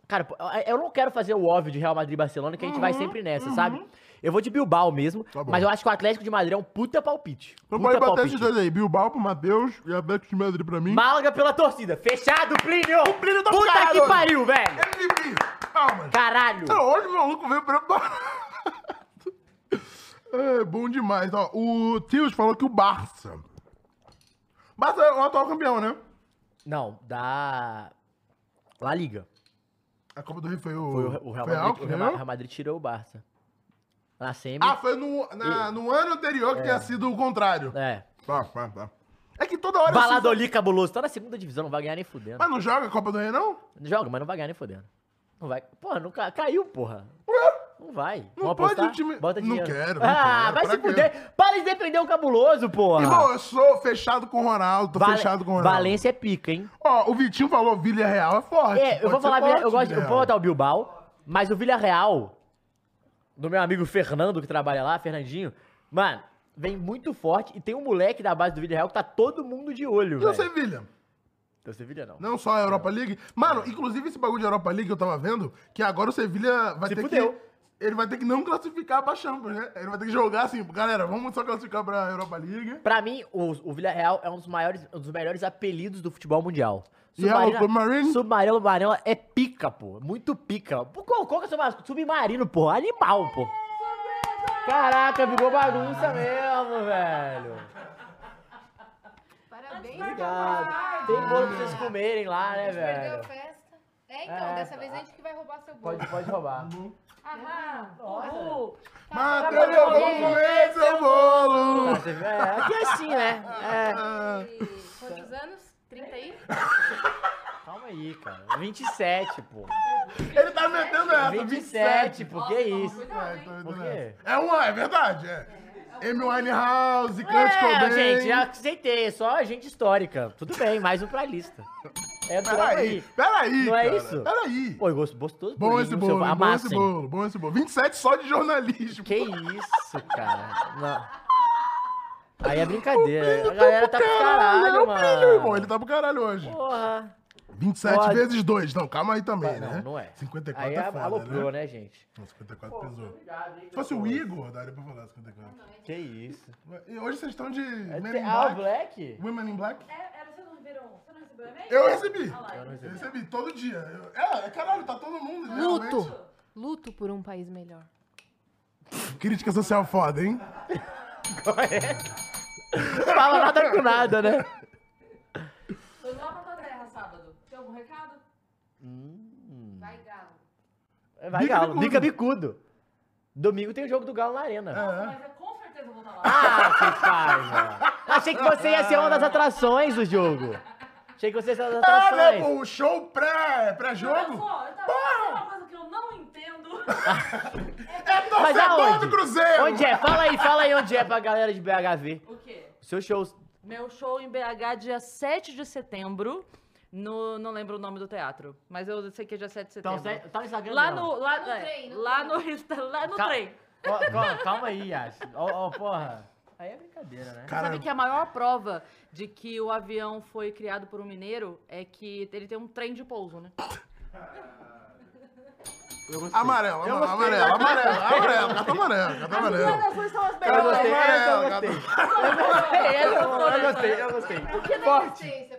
Cara, pô, é, eu não quero fazer o óbvio de Real Madrid e Barcelona, que a gente vai sempre nessa, sabe? Eu vou de Bilbao mesmo, Uhum. Tá bom. mas eu acho que o Atlético de Madrid é um puta palpite. Então Puta pode bater esses dois aí. Bilbao pro Matheus e Atlético de Madrid pra mim. Málaga pela torcida. Fechado, Plínio! O Plínio tá Puta ficado que hoje. pariu, velho! MVP! Palmas! Caralho! Então, olha o maluco veio preparado. É, bom demais. Ó, o Tios falou que o Barça... Barça é o atual campeão, né? Não, da. La Liga. A Copa do Rei foi o... Foi o, o Real foi a Madrid. Alca, o Real, Ma- né? Real Madrid tirou o Barça. Na Semi. Ah, foi no, na- no ano anterior que tinha sido o contrário. É. Tá, tá, tá. É que toda hora... eu sinto- Valladolid cabuloso. Tá na segunda divisão, não vai ganhar nem fudendo. Mas não joga a Copa do Rei, não? Joga, mas não vai ganhar nem fudendo. Não vai. Porra, não ca- caiu, porra. Não vai. Não Vamos pode apostar? o time- Bota Não dinheiro. quero, não Ah, quero, vai pra se quê? fuder. Para de defender o cabuloso, porra. Irmão, eu sou fechado com o Ronaldo, tô Ah. Vale- fechado com o Ronaldo. Valência é pica, hein? Ó, o Vitinho falou Vila Real é forte. É, eu vou Pode ser falar, Vila- eu forte, gosto, eu Villarreal. vou botar o Bilbao, mas o Villarreal, do meu amigo Fernando, que trabalha lá, Fernandinho, mano, vem muito forte e tem um moleque da base do Villarreal que tá todo mundo de olho, E você, velho. Vilha? Então Sevilha não. Não só a Europa League. Mano, inclusive esse bagulho de Europa League que eu tava vendo, que agora o Sevilha vai Se ter fudeu. que. Ele vai ter que não classificar pra Champions, né? Ele vai ter que jogar assim, galera, vamos só classificar pra Europa League. Pra mim, o, o Villarreal é um dos, maiores, um dos melhores apelidos do futebol mundial. E é o Submarino? Submarino Amarelo é pica, pô. Muito pica. Pô, Qual, qual que é o seu mascote? Submarino, pô. Animal, pô. Caraca, ficou bagunça mesmo, velho. Parabéns, Obrigado. Tem bolo pra vocês comerem lá, né, Perdeu a velho? festa. É, então, É, dessa tá. vez a gente que vai roubar seu bolo. Pode, pode roubar. Aham. Matheus, eu vou comer seu bolo! É, aqui é assim, né? É. E Quantos anos? 30 aí? Calma aí, cara. 27, pô. Ele tá metendo essa, 27. 27, pô. Que isso? É, tá metendo Por quê? essa. é uma, é verdade, é. Amy Winehouse, Kurt É, Cobain. gente, já aceitei. é Só gente histórica. Tudo bem, mais um pra lista. É por Peraí, aí. peraí, Não é cara, isso? Peraí. Pô, eu gosto gosto todo Bom esse bolo, bom esse Amassem. bolo, bom esse bolo. 27 só de jornalismo. Que isso, cara. Não. Aí é um brincadeira. A galera tá pro é caralho, o brilho, irmão. Ele mano. tá pro caralho hoje. Porra. 27 Pode. vezes 2. Não, calma aí também, né? Não, não é. 54 Aí é foda, aloprou, né? né, gente? Não, 54 pesou. Se fosse o Igor, daria pra falar 54. Que isso. E hoje vocês estão de Men in Ah, o Black? Black? Women in Black? É, Era seu nome, Verão. Você não recebeu e-mail? Eu recebi. Eu recebi todo dia. Eu- É, caralho, tá todo mundo. realmente. Luto. Luto por um país melhor. Crítica social foda, hein? Fala nada com nada, né? Tô lá pra tua terra sábado. Tem algum recado? Vai, Galo. É, Vai, Hum. Bica Galo. bicudo. Bica bicudo. Domingo tem o jogo do Galo na Arena. Mas eu com certeza vou estar lá. Ah, que paiva. Achei que você ia ser uma das atrações do jogo. Achei que você ia ser uma das Ah, né, atrações. pô, o show pré- pré-jogo? Só, eu tava é uma coisa que eu não entendo. é Mas torcedor aonde? do Cruzeiro! Onde é? Fala aí, fala aí onde é pra galera de BH ver. o quê? Seus shows. Meu show em BH, dia 7 de setembro. No, não lembro o nome do teatro, mas eu sei que é dia 7 de Então, setembro. cê- tá no Instagram Lá não. no. Lá No é, trem, no lá no, insta- lá no Cal- trem. Ó, cal- calma aí, Yash. Ó, ó, porra. Aí é brincadeira, né? Cara, Sabe que a maior prova de que o avião foi criado por um mineiro é que ele tem um trem de pouso, né? Amarelo, amarelo, amarelo, amarelo, amarelo, cartão amarelo, cartão amarelo. Eu gostei, essa eu Amarelo, gostei. Eu gostei, eu gostei. Forte.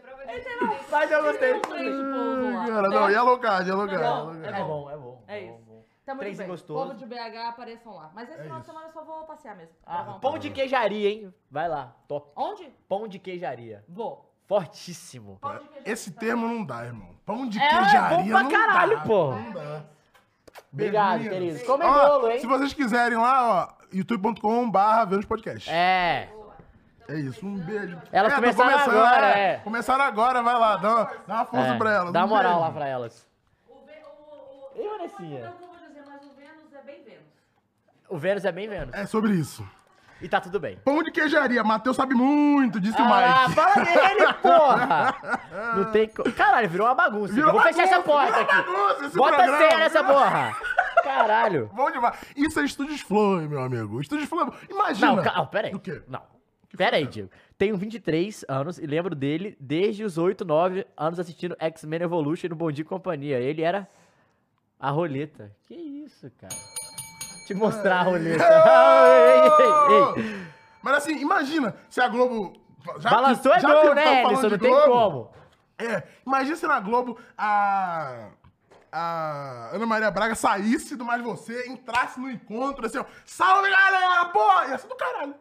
Mas eu gostei. Tem um trem de pouso lá. Cara, não, e alô card, alô card, Não, alô é card. É bom, é bom. É bom, isso. bom. Tá muito Três e bem. gostoso. Povo de BH, apareçam lá. Mas esse final de semana eu só vou passear mesmo. Gravar Ah, um pão de queijaria, hein? Vai lá, top. pouco. Onde? Pão de queijaria. Vou. Fortíssimo. Pão de queijaria. Esse termo não dá, irmão. Pão de tá? É, queijaria bom pra não caralho, dá. pô. Não dá. Obrigado, Beijo, queridos. meninas. Comem Ó, bolo, hein? Se vocês quiserem lá, ó, youtube.com barra ver os podcasts. É. É. isso, um beijo. Elas tão começaram agora, é. Começaram agora, vai lá, dá uma, dá uma força é. pra elas. Dá um moral lá beijo. pra elas. O Vê- o- o- E Vanessinha? Eu não vou dizer, mas o Vênus é bem Vênus. O Vênus é bem Vênus. É sobre isso. E tá tudo bem. Pão de queijaria, Matheus sabe muito, disse o Ah, Mike. fala dele, porra! Não tem. co- Caralho, virou uma bagunça. Virou Eu vou fechar bagunça, essa porta virou aqui. bagunça esse Bota programa. senha nessa porra! Caralho. Bom demais. Isso é Estúdios Flow, meu amigo. Estúdios Flow. Imagina. Não, calma, pera aí. Do quê? Não. Que Pera foi, aí, cara? Diego. Tenho 23 anos e lembro dele desde os 8, 9 anos assistindo X-Men Evolution no Bom Dia e Companhia. Ele era a roleta. Que isso, cara. Te mostrar a roleta. Ei, ei, ei. Mas assim, imagina se a Globo. Já Balançou é já gol, que tá né, falando Ellison? de Não tem Globo, como. É, imagina se na Globo a. A Ana Maria Braga saísse do Mais Você, entrasse no encontro, assim, ó. Salve galera, pô! Ia ser do caralho.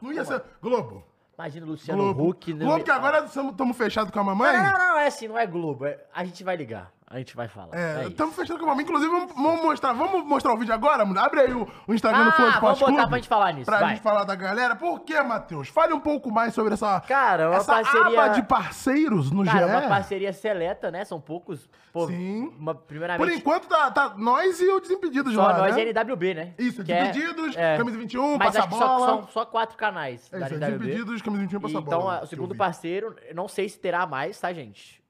Não ia ser. Globo. Imagina o Luciano Globo. Huck. no- Globo, que agora estamos fechados com a mamãe. Não, não, não, é assim, não é Globo. é- A gente vai ligar. A gente vai falar. É, É, isso. estamos fechando com a mamãe. Inclusive, vamos, vamos mostrar. Vamos mostrar o vídeo agora, mano. Abre aí o, o Instagram do Ah, Flow vamos Esporte botar Clube, pra gente falar nisso, Pra vai. gente falar da galera. Por que, Matheus? Fale um pouco mais sobre essa, Cara, é uma essa parceria- aba de parceiros no Cara, é GE. uma parceria seleta, né? São poucos. Pô, é? Sim. Uma, Por primeiramente, enquanto, tá, tá nós e o Desimpedidos só lá, nós né? e NWB, né? Isso, Que é- Desimpedidos, é. Camisa 21, Mas Passa acho que só, Bola. são só quatro canais É da isso, aí, NWB. Desimpedidos, Camisa 21, Passa então, Bola. a- o que eu segundo vi. parceiro, eu não sei se terá mais, tá, gente?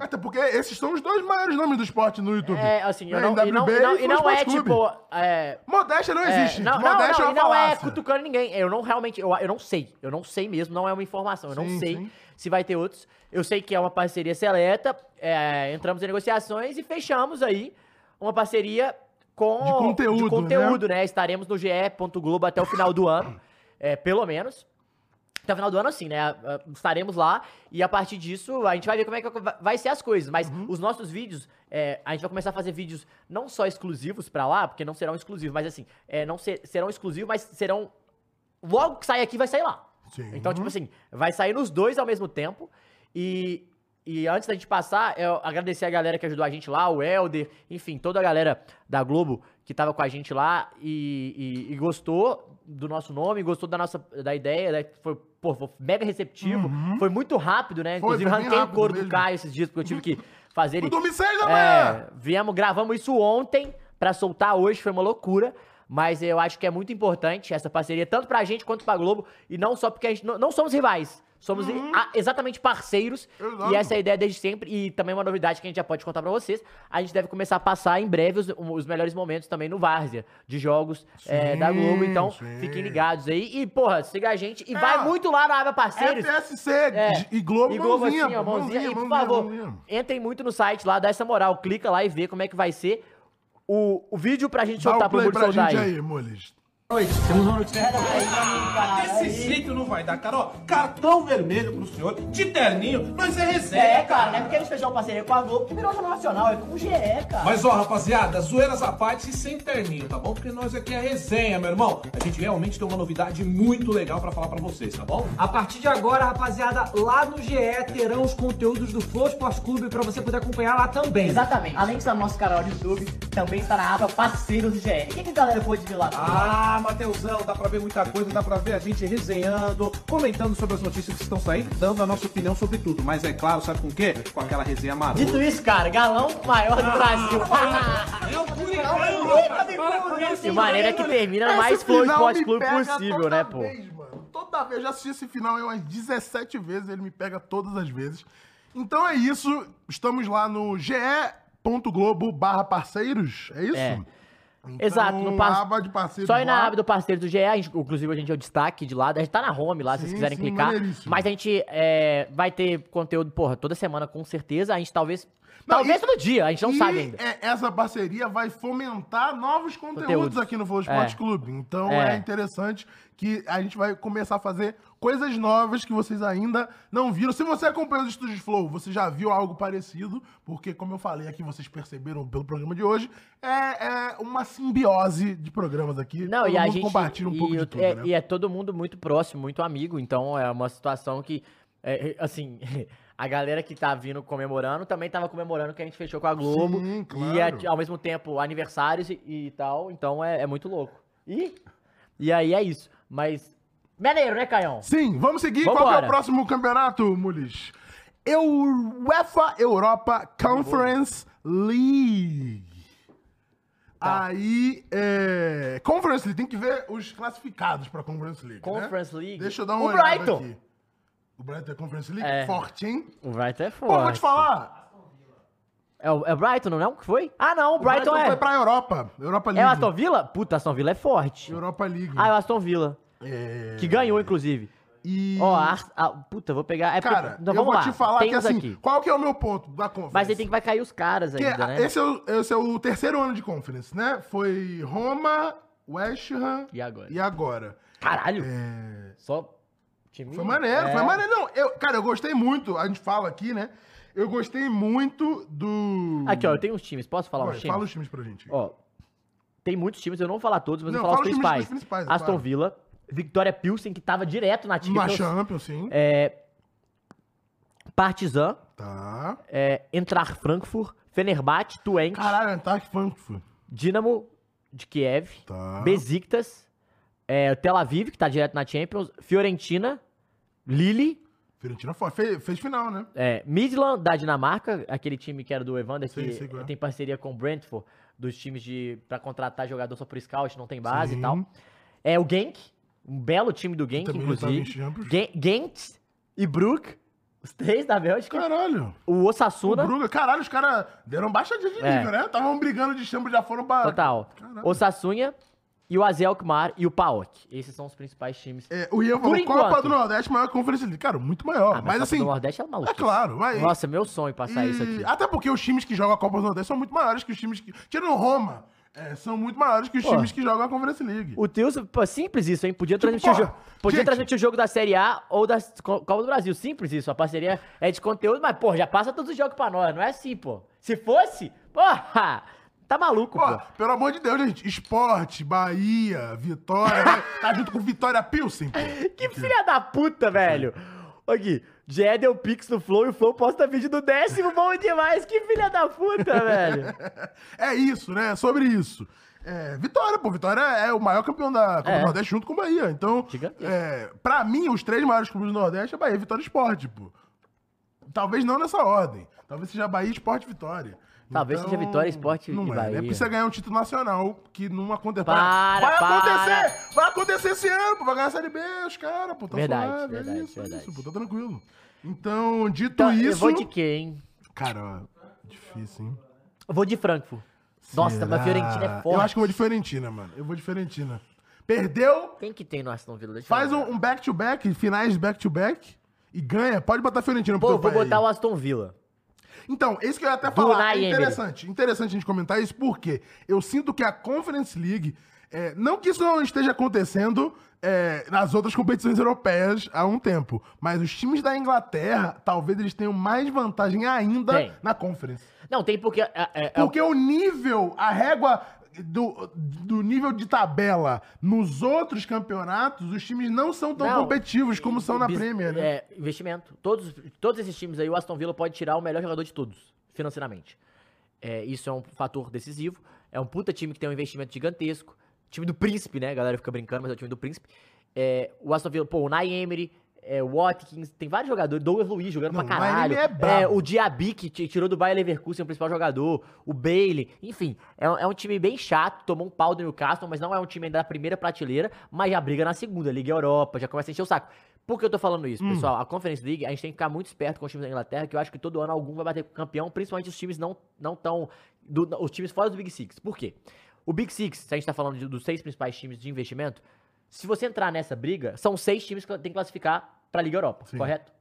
Até porque esses são os dois maiores nomes do esporte no YouTube. É, assim, eu Né, não, e não, NWB e não, e e não Flow é Esporte Clube. tipo. É, Modéstia não é, existe. não, não, Modéstia não, e é uma não é falácia. cutucando ninguém. Eu não realmente, eu, eu não sei. Eu não sei mesmo, não é uma informação. Eu Sim, não sei sim. se vai ter outros. Eu sei que é uma parceria seleta. é, entramos em negociações e fechamos aí uma parceria com De conteúdo, de conteúdo, né? Estaremos no ge.globo até o final do ano, é, pelo menos. Até o final do ano, assim, né? Ah, Estaremos lá e a partir disso a gente vai ver como é que va- vai ser as coisas. Mas Uhum. os nossos vídeos, é, a gente vai começar a fazer vídeos não só exclusivos pra lá, porque não serão exclusivos, mas assim, é, não ser- serão exclusivos, mas serão. Logo que sair aqui, vai sair lá. Sim. Então, tipo assim, vai sair nos dois ao mesmo tempo. E, e antes da gente passar, eu agradecer a galera que ajudou a gente lá, o Helder, enfim, toda a galera da Globo que tava com a gente lá e, e- e gostou do nosso nome, gostou da nossa da ideia, né? Foi, pô, foi mega receptivo, foi muito rápido, né? Uhum. Foi, Inclusive, foi bem arranquei o rápido couro do mesmo. Caio esses dias, porque eu tive que fazer ele. Eu dormi seis da manhã. É, viemos, gravamos isso ontem pra soltar hoje, foi uma loucura. Mas eu acho que é muito importante essa parceria, tanto pra gente quanto pra Globo. E não só porque a gente. Não, não somos rivais, somos a- exatamente parceiros. Uhum. Exato. E essa é a ideia desde sempre. E também uma novidade que a gente já pode contar pra vocês. A gente deve começar a passar em breve os, os melhores momentos também no Várzea, de jogos é, Sim, da Globo. Então, sim. fiquem ligados aí. E, porra, siga a gente. E É. vai muito lá na aba parceiros. FSC É. e Globo, E Globo mãozinha, assim, ó, mãozinha. E, por mãozinha, favor, mãozinha. entrem muito no site lá, dá essa moral. Clica lá e vê como é que vai ser o, o vídeo pra gente Dá soltar o pro play Muro pra soltar gente aí. aí, Mules. Desse jeito não vai dar, cara. Ó, cartão vermelho pro senhor, de terninho, nós é resenha. cara, não é porque eles fecharam parceria com a Globo que virou nacional, é com o GE, cara. Mas ó, rapaziada, zoeiras à parte e sem terninho, tá bom? Porque nós aqui é resenha, meu irmão. A gente realmente tem uma novidade muito legal pra falar pra vocês, tá bom? A partir de agora, rapaziada, lá no GE terão os conteúdos do Flow Esporte Clube pra você poder acompanhar lá também. Exatamente. Além do nosso canal no YouTube, também está na aba Parceiros do GE. O que, que a galera pode ver lá? Ah, Mateusão, dá pra ver muita coisa, dá pra ver a gente resenhando, comentando sobre as notícias que estão saindo, dando a nossa opinião sobre tudo. Mas é claro, sabe com o quê? Com aquela resenha marota. Dito isso, cara, galão maior do Brasil. De maneira é que termina no mais Esse Flow final Esporte me Clube pega possível, toda né, pô? vez, mano. Toda vez, eu já assisti esse final eu umas 17 vezes, ele me pega todas as vezes. Então é isso, estamos lá no ge.globo barra parceiros, é isso? É. Exato, no par- na Então, aba de parceiros. Só aí na lá. aba do parceiro do GE, a gente- inclusive a gente é o destaque de lá, a gente tá na home lá, se vocês Sim, quiserem sim, clicar. maneiríssimo. Mas a gente é, vai ter conteúdo, porra, toda semana com certeza. A gente talvez. Não, talvez e- todo dia, a gente não e sabe ainda. é- essa parceria vai fomentar novos conteúdos, Conteúdos. aqui no Flow Esporte É. Clube. Então é. É. interessante que a gente vai começar a fazer coisas novas que vocês ainda não viram. Se você acompanha os estúdios Flow, você já viu algo parecido, porque, como eu falei aqui, vocês perceberam pelo programa de hoje, é, é uma simbiose de programas aqui. Não, Todo e a mundo gente. compartilha um e, pouco eu- de tudo, é, né? e é todo mundo muito próximo, muito amigo, então é uma situação que. é, é, assim, a galera que tá vindo comemorando também tava comemorando que a gente fechou com a Globo. Sim, E claro. é, ao mesmo tempo aniversários e, e tal, então é, é muito louco. E, e aí é isso. Mas. Maneiro, né, Caião? Sim, vamos seguir. Qual que é o Vambora. próximo campeonato, Mules? Eu, UEFA Europa Conference League. Tá. Aí, é... Conference League, tem que ver os classificados pra Conference League, né? Conference League. Deixa eu dar O uma olhada Brighton. aqui. O Brighton é Conference League? É. Forte, hein? O Brighton é Pô, forte. vou te falar. É o, é o Brighton, não é? O que foi? Ah, não, o Brighton, Brighton é. foi pra Europa. Europa É o League. Aston Villa? Puta, Aston Villa é forte. Europa League. Ah, é o Aston Villa. É. Que ganhou, inclusive. E... Ó, a, Ars- a- Puta, vou pegar. É porque- Cara, não, eu vamos vou lá. te falar Tem que uns assim, aqui. qual que é o meu ponto da Conference? Mas aí tem que vai cair os caras Porque ainda, né? esse, é o, esse é o terceiro ano de conference, né? Foi Roma, West Ham E agora? e agora. Caralho. Só. Time... É. Foi maneiro, É. foi maneiro. Não, eu, cara, eu gostei muito, a gente fala aqui, né? Eu gostei muito do... Aqui, ó, eu tenho uns times. Posso falar Vai, uns times? Fala os times pra gente. Ó, tem muitos times, eu não vou falar todos, mas eu Não, vou falar os fala os times- principais. os principais, é Aston claro. Villa, Victoria Pilsen, que tava direto na Na Champions. Champions, sim. É, Partizan, Tá. é, Entrar Frankfurt, Fenerbahçe, Twente, Caralho, Antark Frankfurt. Dinamo de Kiev, Tá. Besiktas, é, Tel Aviv, que tá direto na Champions, Fiorentina, Lille, Fiorentina foi- fez, fez final, né? é, Midland da Dinamarca, aquele time que era do Evander, Sei, que sei qual é. tem parceria com o Brentford, dos times de pra contratar jogador só por scout, não tem base Sim. e tal. É o Genk, um belo time do Genk, Também já tava em inclusive. Champions. Gen- Gent e Brook Os três da Bélgica. Caralho. O O Osasuna. Bruga, caralho, os caras deram baixadinha de É. nível, né? Estavam brigando de chumbo, já foram pra... Total. Caralho. O Sassunha e o Azel Kmar e o Paok. Esses são os principais times. É, o Ian Por falou, enquanto. Copa do Nordeste, maior conferência livre. Cara, muito maior. Ah, mas Copa assim, do Nordeste é maluco. é claro, mas... Nossa, meu sonho passar e- isso aqui. Até porque os times que jogam a Copa do Nordeste são muito maiores que os times que... Tirando Roma, é, são muito maiores que os Pô. times que jogam a Conference League. O Teus, pô, simples isso, hein? Podia Tipo, transmitir, o porra, jogo, podia gente. transmitir o jogo da Série A ou da Co- Copa do Brasil. Simples isso. A parceria é de conteúdo, mas, pô, já passa todos os jogos pra nós. Não é assim, pô. Se fosse, porra, tá maluco, Pô, pô. pelo amor de Deus, gente. Esporte, Bahia, Vitória. né? tá junto com Vitória Pilsen, pô. Que filha da puta, velho. Aqui, Jé é, deu pix no Flow e o Flow posta vídeo do décimo. Bom demais. Que filha da puta, velho. É isso, né? É Sobre isso. É, Vitória, pô. Vitória é o maior campeão da Copa É. do Nordeste junto com o Bahia. Então, Gigantesco. é, pra mim, os três maiores clubes do Nordeste é Bahia e Vitória e Esporte, pô. Talvez não nessa ordem. Talvez seja Bahia, Esporte e Vitória. Então, Talvez seja Vitória, Sport e não é, Bahia. Né? Precisa ganhar um título nacional que não acontece. Para, vai para. acontecer! Vai acontecer esse ano, pô. Vai ganhar a Série B, os caras, pô. Tá Verdade, suave, verdade, é isso, verdade. É isso, pô. Tá tranquilo. Então, dito Então, Eu isso... vou de quem, hein? Cara, ó, difícil, hein? Eu vou de Frankfurt. Nossa, Será? mas Fiorentina é forte. Eu acho que eu vou de Fiorentina, mano. Eu vou de Fiorentina. Perdeu, Quem que tem no Aston Villa? Deixa eu faz ver. um um back-to-back, finais back-to-back e ganha. Pode botar Fiorentina pro Pô, vou teu pai botar aí. o Aston Villa. Então, isso que eu ia até Do falar. Nai É Emery. interessante. Interessante a gente comentar isso, porque eu sinto que a Conference League. é, não que isso não esteja acontecendo é, nas outras competições europeias há um tempo, mas os times da Inglaterra, talvez eles tenham mais vantagem ainda Tem. na Conference. Não, tem porque. É, é- é- Porque o nível, a régua do, do nível de tabela nos outros campeonatos, os times não são tão Não. competitivos como são na bis- Premier, né? É, investimento. Todos, todos esses times aí, o Aston Villa pode tirar o melhor jogador de todos, financeiramente. É, isso é um fator decisivo. É um puta time que tem um investimento gigantesco. Time do Príncipe, né? A galera fica brincando, mas é o time do Príncipe. É, o Aston Villa, pô, o Nai Emery, é, o Watkins, tem vários jogadores. Douglas Luiz jogando pra Não, o Nai caralho. Emery é brabo. o Diaby, que ti- tirou do Bayer Leverkusen, o principal jogador. O Bailey. Enfim, é, um- é um time bem chato. Tomou um pau do Newcastle, mas não é um time ainda da primeira prateleira. Mas já briga na segunda. Liga Europa, já começa a encher o saco. Por que eu tô falando isso, pessoal? A Conference League, a gente tem que ficar muito esperto com os times da Inglaterra, que eu acho que todo ano algum vai bater com o campeão, principalmente os times não, não tão... do- os times fora do Big Six. Por quê? O Big Six, se a gente tá falando de- dos seis principais times de investimento, se você entrar nessa briga, são seis times que tem que classificar pra Liga Europa, Sim. correto?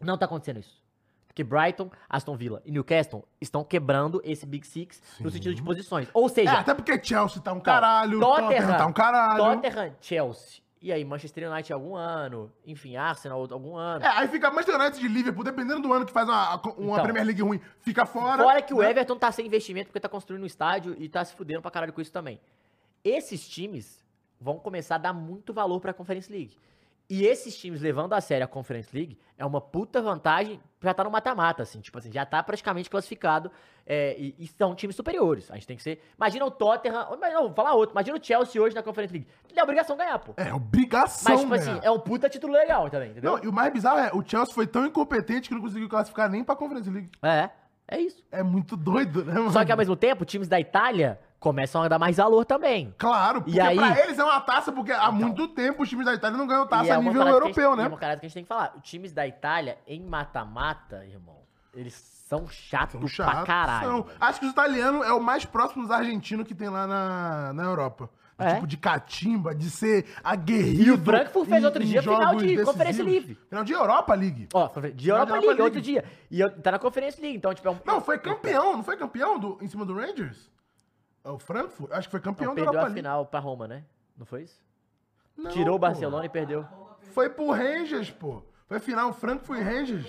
Não tá acontecendo isso. Porque Brighton, Aston Villa e Newcastle estão quebrando esse Big Six no Sim. sentido de posições. Ou É, seja, até porque Chelsea tá um caralho, Tottenham, tá um caralho. né? Tottenham, Chelsea. E aí, Manchester United algum ano. Enfim, Arsenal outro- algum ano. É, aí fica Manchester United de Liverpool, dependendo do ano que faz uma, uma Então. Premier League ruim, fica fora. Fora que o né? Everton tá sem investimento porque tá construindo um estádio e tá se fudendo pra caralho com isso também. Esses times vão começar a dar muito valor pra Conference League. E esses times levando a sério a Conference League é uma puta vantagem, já tá no mata-mata, assim, tipo assim, já tá praticamente classificado é, e, e são times superiores. A gente tem que ser. Imagina o Tottenham, ou- não, vou falar outro, imagina o Chelsea hoje na Conference League. Ele é obrigação ganhar, pô. É obrigação, Mas, tipo né? assim, é um puta título legal também, entendeu? Não, e o mais bizarro é, o Chelsea foi tão incompetente que não conseguiu classificar nem pra Conference League. É, é isso. É muito doido, né, mano? Só que ao mesmo tempo, times da Itália começam a dar mais valor também. Claro, porque aí- Então. pra eles é uma taça, porque há muito tempo os times da Itália não ganham taça E é a uma nível parada que a gente- europeu, e É né? uma parada que a gente tem que falar. Os times da Itália em mata-mata, irmão, eles são chatos São pra chatos, caralho. são. velho. Acho que os italianos é o mais próximo dos argentinos que tem lá na, na Europa. Do É? Tipo de catimba, de ser aguerrido. E o Frankfurt fez em- outro em dia final jogos de decisivos. Conferência Livre. Final de Europa League. Ó, foi de Europa Europa League, League. outro dia. E eu- tá na Conferência League, então, tipo, é um. Não, foi campeão, não foi campeão do, em cima do Rangers? É O Frankfurt? Acho que foi campeão Não, da é um perdeu Europa a League. final pra Roma, né? Não foi isso? Não, Tirou o pô. Barcelona e perdeu. Foi pro Rangers, pô. Foi final Frankfurt e Rangers.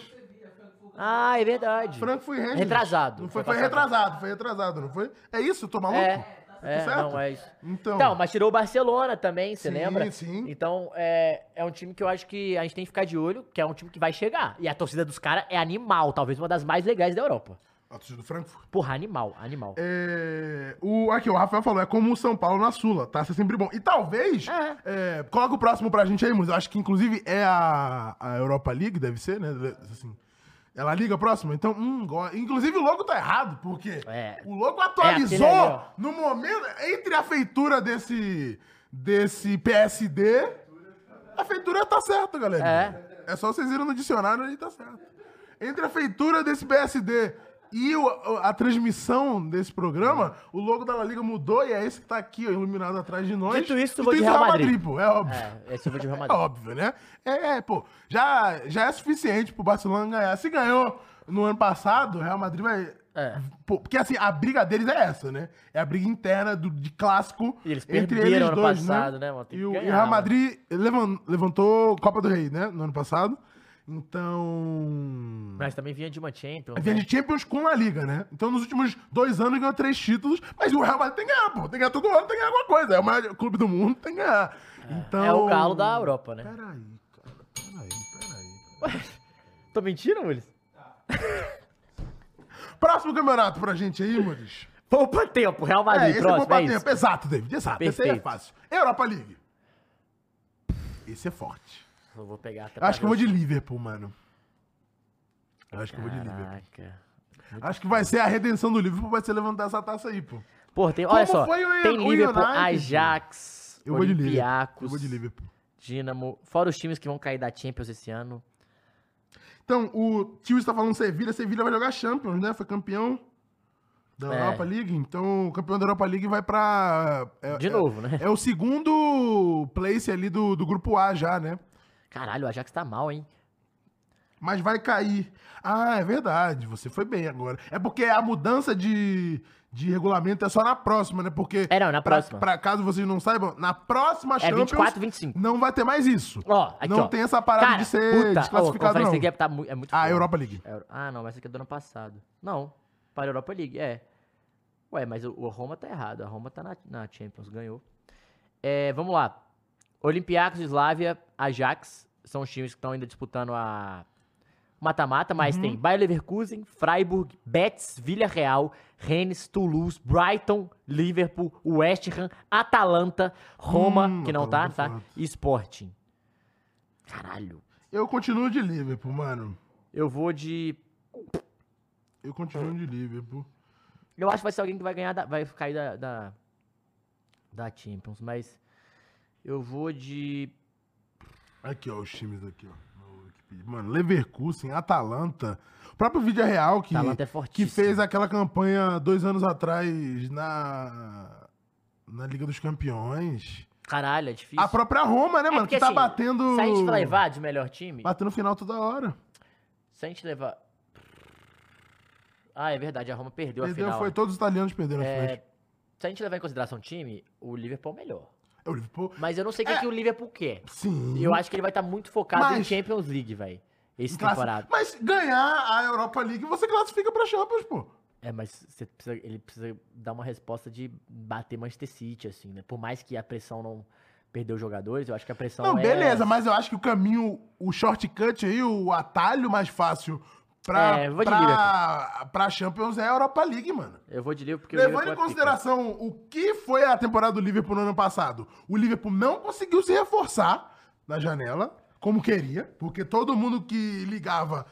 Ah, é verdade. Frankfurt e Rangers. Retrasado. Não foi, Foi foi passado. retrasado, foi retrasado, não foi? É isso, tô maluco? É, Tá é, certo? não é isso. Então, Então, mas tirou o Barcelona também, você Sim, lembra? sim. Então, é, é um time que eu acho que a gente tem que ficar de olho, que é um time que vai chegar. E a torcida dos caras é animal, talvez uma das mais legais da Europa. a torcida do Frankfurt. Porra, animal, animal. É, o, aqui, o Rafael falou, é como o São Paulo na Sula, tá? Isso é sempre bom. E talvez, é, coloca o próximo pra gente aí, Mus. Eu acho que, inclusive, é a, a Europa League, deve ser, né? Assim, ela liga a próxima, então, hum, go- Inclusive, o logo tá errado, porque É. o logo É, atualizou aquele ali, ó. no momento, entre a feitura desse, desse PSD, a feitura tá certa, galera. É. É só vocês irem no dicionário e tá certo. Entre a feitura desse PSD e o- a, a transmissão desse programa, o logo da La Liga mudou e é esse que tá aqui, ó, iluminado atrás de nós. Dito isso, E tu vou de tem Real Real Madrid. pô, é óbvio. É, esse eu vou de Real É Madrid. óbvio, né? É, é, pô, já, já é suficiente pro Barcelona ganhar. Se ganhou no ano passado, o Real Madrid vai. É. Pô, porque assim, a briga deles é essa, né? É a briga interna do, de clássico. E eles perderam ano passado, né, mano? Tem E que o e o ganhar, Real mano. Madrid levan- levantou Copa do Rei, né? No ano passado. Então. Mas também vinha de uma Champions. Vinha né? de Champions com a Liga, né? Então, nos últimos dois anos, ganhou três títulos. Mas o Real Madrid tem que ganhar, pô. Tem que ganhar todo ano, tem que ganhar alguma coisa. É o maior clube do mundo, tem que ganhar. Então... É o galo da Europa, né? Peraí, cara. Peraí, peraí. Tô mentindo, Willis? Próximo campeonato pra gente aí, Muris. Poupa tempo, Real Madrid, bom próximo, pra é isso. tempo. Exato, David. Exato. Esse aí é Perfeito. fácil. Europa League. Esse é forte. Eu vou pegar até Eu acho que eu pra vou ver de Liverpool, mano. Eu acho que eu vou de se- Liverpool. Caraca. Acho que vai ser a redenção do Liverpool, vai ser levantar essa taça aí, pô. Pô, tem, Como olha só, foi o- tem o Liverpool, United? Ajax, Eu vou de Liverpool. Eu Olympiacos, vou de Liverpool. Dinamo, fora os times que vão cair da Champions esse ano. Então, o tio está falando Sevilha. Sevilha vai jogar Champions, né? Foi campeão da É. Europa League. Então, o campeão da Europa League vai pra... é- De é- novo, né? É o segundo place ali do, do grupo A já, né? Caralho, o Ajax tá mal, hein? Mas vai cair. Ah, é verdade. Você foi bem agora. É porque a mudança de, de regulamento é só na próxima, né? Porque. É, não, na pra, próxima. Pra caso vocês não saibam, na próxima É 24, 25. não vai ter mais isso. Ó, aqui, não ó. tem essa parada Cara, de ser puta, ó, a desclassificado, Conference não. League tá mu- é muito Ah, foda. Europa League. Euro- Ah, não, mas essa aqui é do ano passado. Não, para a Europa League, é. Ué, mas o, o Roma tá errado. A Roma tá na, na Champions, ganhou. É, vamos lá. Olympiacos, Slavia, Ajax são os times que estão ainda disputando a mata-mata, Uhum. mas tem Bayer Leverkusen, Freiburg, Betis, Villarreal, Rennes, Toulouse, Brighton, Liverpool, West Ham, Atalanta, Roma, Hum, que não tá, Atalanta é tá? foda. E Sporting. Caralho. Eu continuo de Liverpool, mano. Eu vou de Eu continuo de Liverpool. Eu acho que vai ser alguém que vai ganhar, da- vai cair da, da, da Champions, mas eu vou de. Aqui, ó, os times aqui, ó. no Wikipedia. Mano, Leverkusen, Atalanta. O próprio vídeo real que, Atalanta é que fortíssimo. fez aquela campanha dois anos atrás na, na Liga dos Campeões. Caralho, é difícil. A própria Roma, né, É mano? porque, Que tá assim, batendo. Se a gente for levar de melhor time, Batendo final toda hora. se a gente levar. Ah, é verdade, a Roma perdeu, Perdeu, a final. foi. Todos os italianos perderam a É, final. se a gente levar em consideração o time, o Liverpool é o melhor. É o Liverpool. Mas eu não sei o que, que o Liverpool quer. Sim. Eu acho que ele vai estar muito focado em É. Mas- Champions League, velho. Esse Classi- temporada. Mas ganhar a Europa League, você classifica pra Champions, pô. É, mas você precisa- ele precisa dar uma resposta de bater Manchester City, assim, né? Por mais que a pressão não perdeu os jogadores, eu acho que a pressão Não, é... beleza, mas eu acho que o caminho, o shortcut aí, o atalho mais fácil pra, É, vou de pra, pra Champions é a Europa League, mano. Eu vou de livro porque... o Levando em Liverpool é pica. consideração o que foi a temporada do Liverpool no ano passado, o Liverpool não conseguiu se reforçar na janela como queria, porque todo mundo que ligava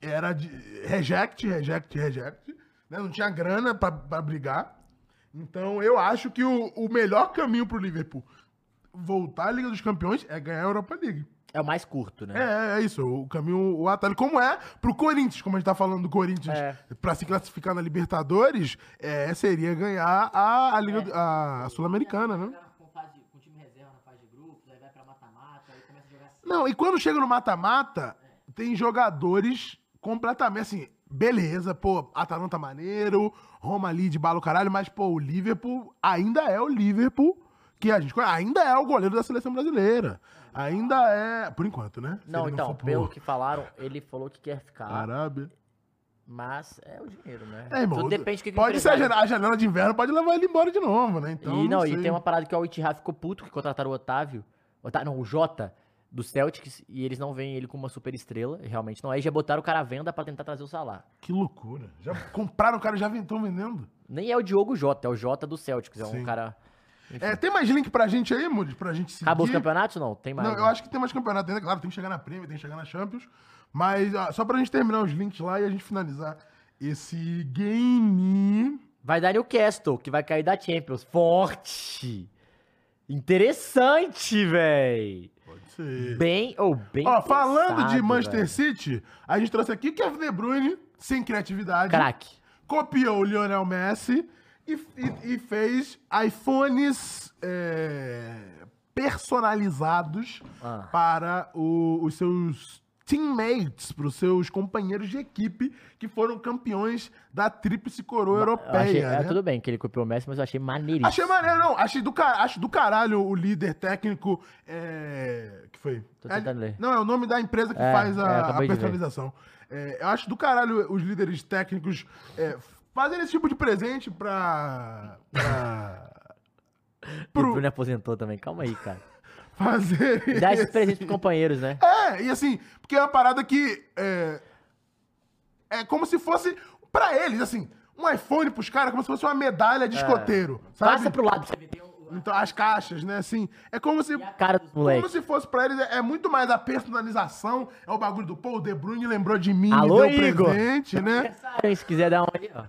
era de reject, reject, reject, né? não tinha grana pra, pra brigar. Então eu acho que o, o melhor caminho pro Liverpool voltar à Liga dos Campeões é ganhar a Europa League. É o mais curto, né? É, é isso. O caminho, o atalho. Como é pro Corinthians, como a gente tá falando do Corinthians, É. pra se classificar na Libertadores, é, seria ganhar a, a Liga a Sul-Americana, né? Com time reserva na fase de grupos, aí vai pra mata-mata, aí começa a jogar... assim. Não, e quando chega no mata-mata, tem jogadores completamente assim. Beleza, pô, Atalanta maneiro, Roma ali de bala o caralho, mas, pô, o Liverpool ainda é o Liverpool que a gente conhece, ainda é o goleiro da seleção brasileira. Ainda é, por enquanto, né? Se Não, ele então, for pro pelo que tá. falaram, ele falou que quer ficar, Arábia. mas é o dinheiro, né? É, irmão, Tudo depende do que, que o pode ser a empresário- janela, a janela de inverno, pode levar ele embora de novo, né? Então, e não, e sei. tem uma parada que o Itihá ficou puto que contrataram o Otávio. Otá- não, o Jota do Celtics e eles não veem ele como uma super estrela, realmente não. Aí já botaram o cara à venda pra tentar trazer o Salah. Que loucura. Já compraram o cara, já estão vendendo. Nem é o Diogo Jota, é o Jota do Celtics, é Sim. um cara. É, tem mais link pra gente aí, Mude? Pra gente seguir? Acabou os campeonatos não? Tem mais. Não, eu né? acho que tem mais campeonato ainda, claro, tem que chegar na Premier, tem que chegar na Champions. Mas ah, só pra gente terminar os links lá e a gente finalizar esse game. Vai dar Newcastle, que vai cair da Champions. Forte. Interessante, véi. Pode ser. Bem ou bem. Ó, falando de pensado, Manchester velho. City, a gente trouxe aqui o Kevin De Bruyne, sem criatividade. Craque. Copiou o Lionel Messi e, e- e fez iPhones é, personalizados Ah. para o- os seus teammates, para os seus companheiros de equipe que foram campeões da Tríplice Coroa Eu Europeia. achei- é, né? Tudo bem que ele copiou o Messi, mas eu achei maneiríssimo. Achei maneiro, não. Achei do, car... Acho do caralho o líder técnico. É... Que foi? Tô tentando É- ler. Não, é o nome da empresa que É, faz é, a, a acabei de ver. personalização. É, eu acho do caralho os líderes técnicos é, fazendo esse tipo de presente pra. pra E O pro- Bruno aposentou também. Calma aí, cara. fazer. Dá esses esse- presentes pros companheiros, né? É, e assim, porque é uma parada que. É, é como se fosse pra eles, assim. Um iPhone pros caras, como se fosse uma medalha de escoteiro. Sabe? É. Passa pro lado. pra você ver, tem um- Então, as caixas, né? Assim, é como se. a cara dos moleques. Como se fosse pra eles. É é muito mais a personalização. É o bagulho do pô, o De Bruyne lembrou de mim, Alô, me deu um Igor. presente, né? Aniversário, Se quiser dar um aí, ó.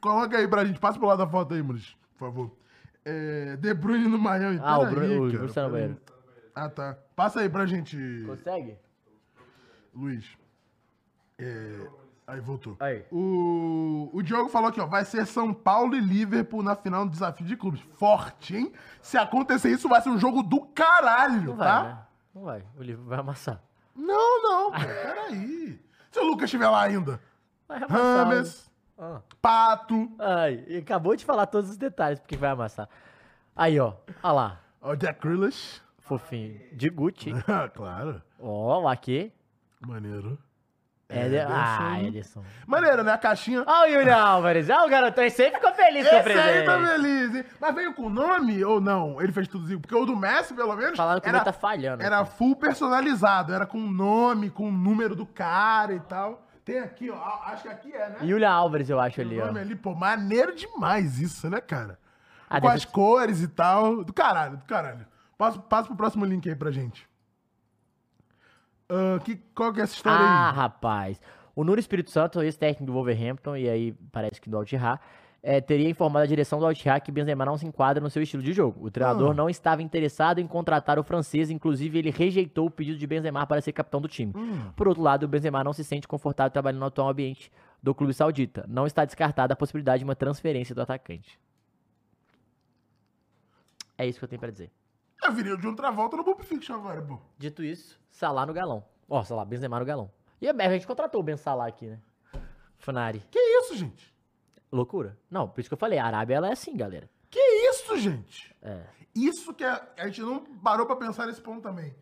Coloca aí pra gente. Passa pro lado da foto aí, Muniz, por favor. É, De Bruyne no Miami. Ah, o Peraí, Bruno- o cara, Bruno tá no peraí. banheiro. Ah, tá. Passa aí pra gente, Consegue? Luiz. É, Aí voltou. Aí. O, o Diogo falou aqui, ó. Vai ser São Paulo e Liverpool na final do desafio de clubes. Forte, hein? Se acontecer isso, vai ser um jogo do caralho, Não vai, tá? né? Não vai. O livro vai amassar. Não, não, pô, Ah. peraí. Se o Lucas estiver lá ainda. Vai amassar. Rames, Tá Ah. Pato, Ai, e acabou de falar todos os detalhes porque vai amassar. Aí, ó. Olha lá. ó, Jack Grealish. Fofinho. De Gucci. Ah, claro. Ó, o aqui. Maneiro. Eder... Ah, É, Ederson. Ederson. Maneiro, né? A caixinha. Ó, o Yuri Álvares. Ó, o garotão. Esse aí ficou feliz com o Esse aí presente. tá feliz, hein? Mas veio com nome ou não? Ele fez tudo assim. Porque o do Messi, pelo menos, Falaram que o era, meu tá falhando. era aqui. full personalizado. Era com nome, com o número do cara e tal. Tem aqui, ó. Acho que aqui é, né? Yuri Álvares, eu acho, o ali, ó. nome ali, pô. Maneiro demais isso, né, cara? Ah, Com deve as ser- cores e tal. Do caralho, do caralho. Passa, passa pro próximo link aí pra gente. Ah, que, qual que é essa história Ah, aí? rapaz. O Nuno Espírito Santo, ex-técnico do Wolverhampton, e aí parece que do Al-Ittihad, eh, teria informado a direção do Al-Ittihad que Benzema não se enquadra no seu estilo de jogo. O treinador Ah. não estava interessado em contratar o francês, inclusive ele rejeitou o pedido de Benzema para ser capitão do time. Por outro lado, o Benzema não se sente confortável trabalhando no atual ambiente do clube saudita. Não está descartada a possibilidade de uma transferência do atacante. É isso que eu tenho pra dizer. Eu virei o John Travolta no Pulp Fiction agora, pô. Dito isso, Salah no galão. Ó, Salah, Benzema no galão. E a a gente contratou o Ben Salah aqui, né? Funari. Que isso, gente? Loucura. Não, por isso que eu falei, a Arábia ela é assim, galera. Que isso, gente? É. Isso que é, a, a gente não parou pra pensar nesse ponto também.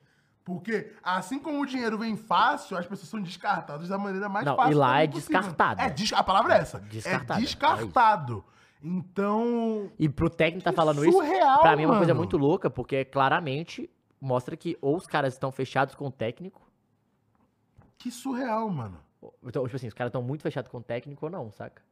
Porque, assim como o dinheiro vem fácil, as pessoas são descartadas da maneira mais Não, fácil. e lá também é descartado. É, des- a palavra é essa. Descartado, É é descartado. Então, E pro técnico tá Que falando surreal, isso, pra mim é uma coisa mano. muito louca, porque claramente mostra que ou os caras estão fechados com o técnico, que surreal, mano. ou, então, tipo assim, os caras estão muito fechados com o técnico ou não, saca?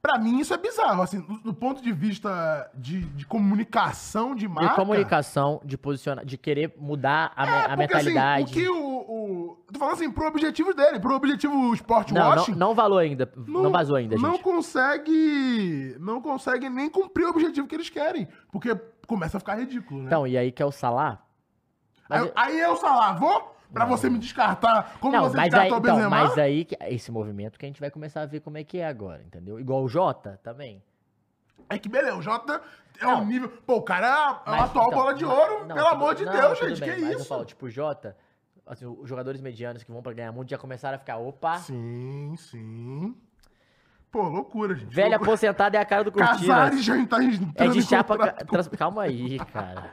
Pra mim, isso é bizarro. Assim, do, do ponto de vista de, de comunicação de marca. De comunicação, de posicionar, de querer mudar a, me- é, a porque, mentalidade. Assim, o que o, o- Tô falando assim, pro objetivo dele, pro objetivo Sport não, não, Washing. não valou ainda, não, vazou ainda, Não gente. consegue. Não consegue nem cumprir o objetivo que eles querem. Porque começa a ficar ridículo, né? Então, e aí que é o Salah? mas aí, eu- aí eu salar, vou? Pra você me descartar. Como Não, você mas aí, descartou o então, Benzema? mas aí que- esse movimento que a gente vai começar a ver como é que é agora, entendeu? Igual o Jota também. É que beleza, o Jota é Não. um nível. Pô, o cara é a- é o Mas, atual então, bola de mas- ouro, não, pelo tudo- amor de não, Deus, tudo gente. bem, que mas isso? Eu falo, tipo, o Jota, assim, os jogadores medianos que vão pra ganhar muito já começaram a ficar, opa, Sim, sim. Pô, loucura, gente. velha loucura. aposentada é a cara do Cortina. Casares já tá entrando É de em chapa. contrato ca- trans- Calma aí, cara.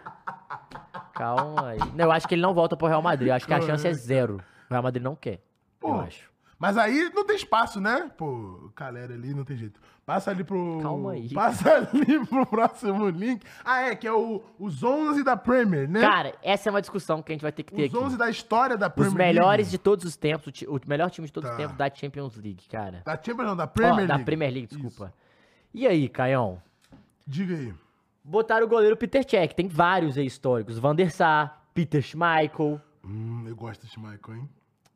Calma aí. Não, eu acho que ele não volta pro Real Madrid. Eu acho que a chance é zero. O Real Madrid não quer. Pô, Eu acho. Mas aí não tem espaço, né? Pô, galera ali não tem jeito. Passa ali pro. Calma aí. Passa ali pro próximo link. Ah, é, que é o, os 11 da Premier, né? Cara, essa é uma discussão que a gente vai ter que ter os 11 aqui. da história da Premier Os melhores League. de todos os tempos, o ti- o melhor time de todos Tá. os tempos da Champions League, cara. Da Champions, não, da Ó, Premier League. da Premier League, desculpa. E aí, Caião? Diga aí. Botaram o goleiro Peter Cech. Tem vários aí históricos. Van der Sar, Peter Schmeichel. Hum, eu gosto desse Michael, hein?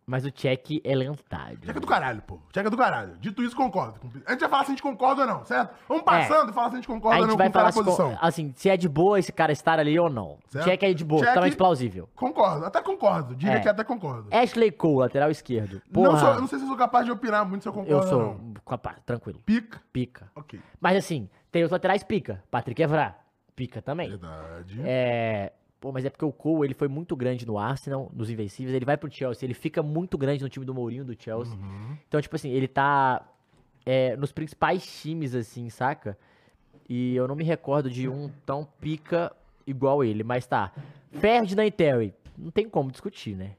Mas o check é lentário. Checa do caralho, pô. Checa do caralho. Dito isso, concordo. A gente vai falar se a gente concorda ou não, certo? Vamos passando e falar se a gente É. A concorda ou gente não vai com falar cada se, posição. co- assim, se é de boa esse cara estar ali ou não. Certo? Check é de boa, Check- totalmente plausível. Concordo, até concordo. Diria É. que até concordo. Ashley Cole, lateral esquerdo. Porra, Não, sou, eu não sei se eu sou capaz de opinar muito se eu concordo eu sou ou não. capaz, tranquilo. Pica. Pica. Ok. Mas assim, tem os laterais pica. Patrick Evra, pica também. Verdade. É. Pô, mas é porque o Cole, ele foi muito grande no Arsenal, nos Invencíveis, ele vai pro Chelsea, ele fica muito grande no time do Mourinho, do Chelsea. Uhum. Então, tipo assim, ele tá é, nos principais times, assim, saca? E eu não me recordo de um tão pica igual ele, mas tá. Ferdinand e Terry, não tem como discutir, né?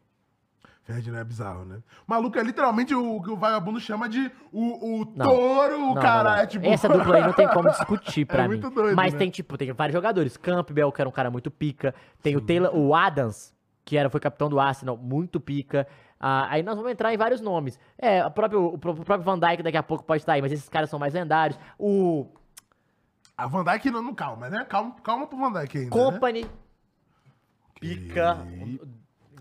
Ferdinand é bizarro, né? Maluco é literalmente o que o vagabundo chama de o, o Não. touro, Não, o não, cara. não. É tipo. Essa dupla aí não tem como discutir pra É mim. muito doido, Mas né? tem, tipo, tem vários jogadores. Campbell, que era um cara muito pica. Tem o Taylor, o Adams, que era, foi capitão do Arsenal, muito pica. Ah, aí nós vamos entrar em vários nomes. É, o próprio, o pró- o próprio Van Dijk daqui a pouco pode estar aí, mas esses caras são mais lendários. O A Van Dyke não, não calma, né? Calma, calma pro Van Dyke ainda. né? Company. Pica.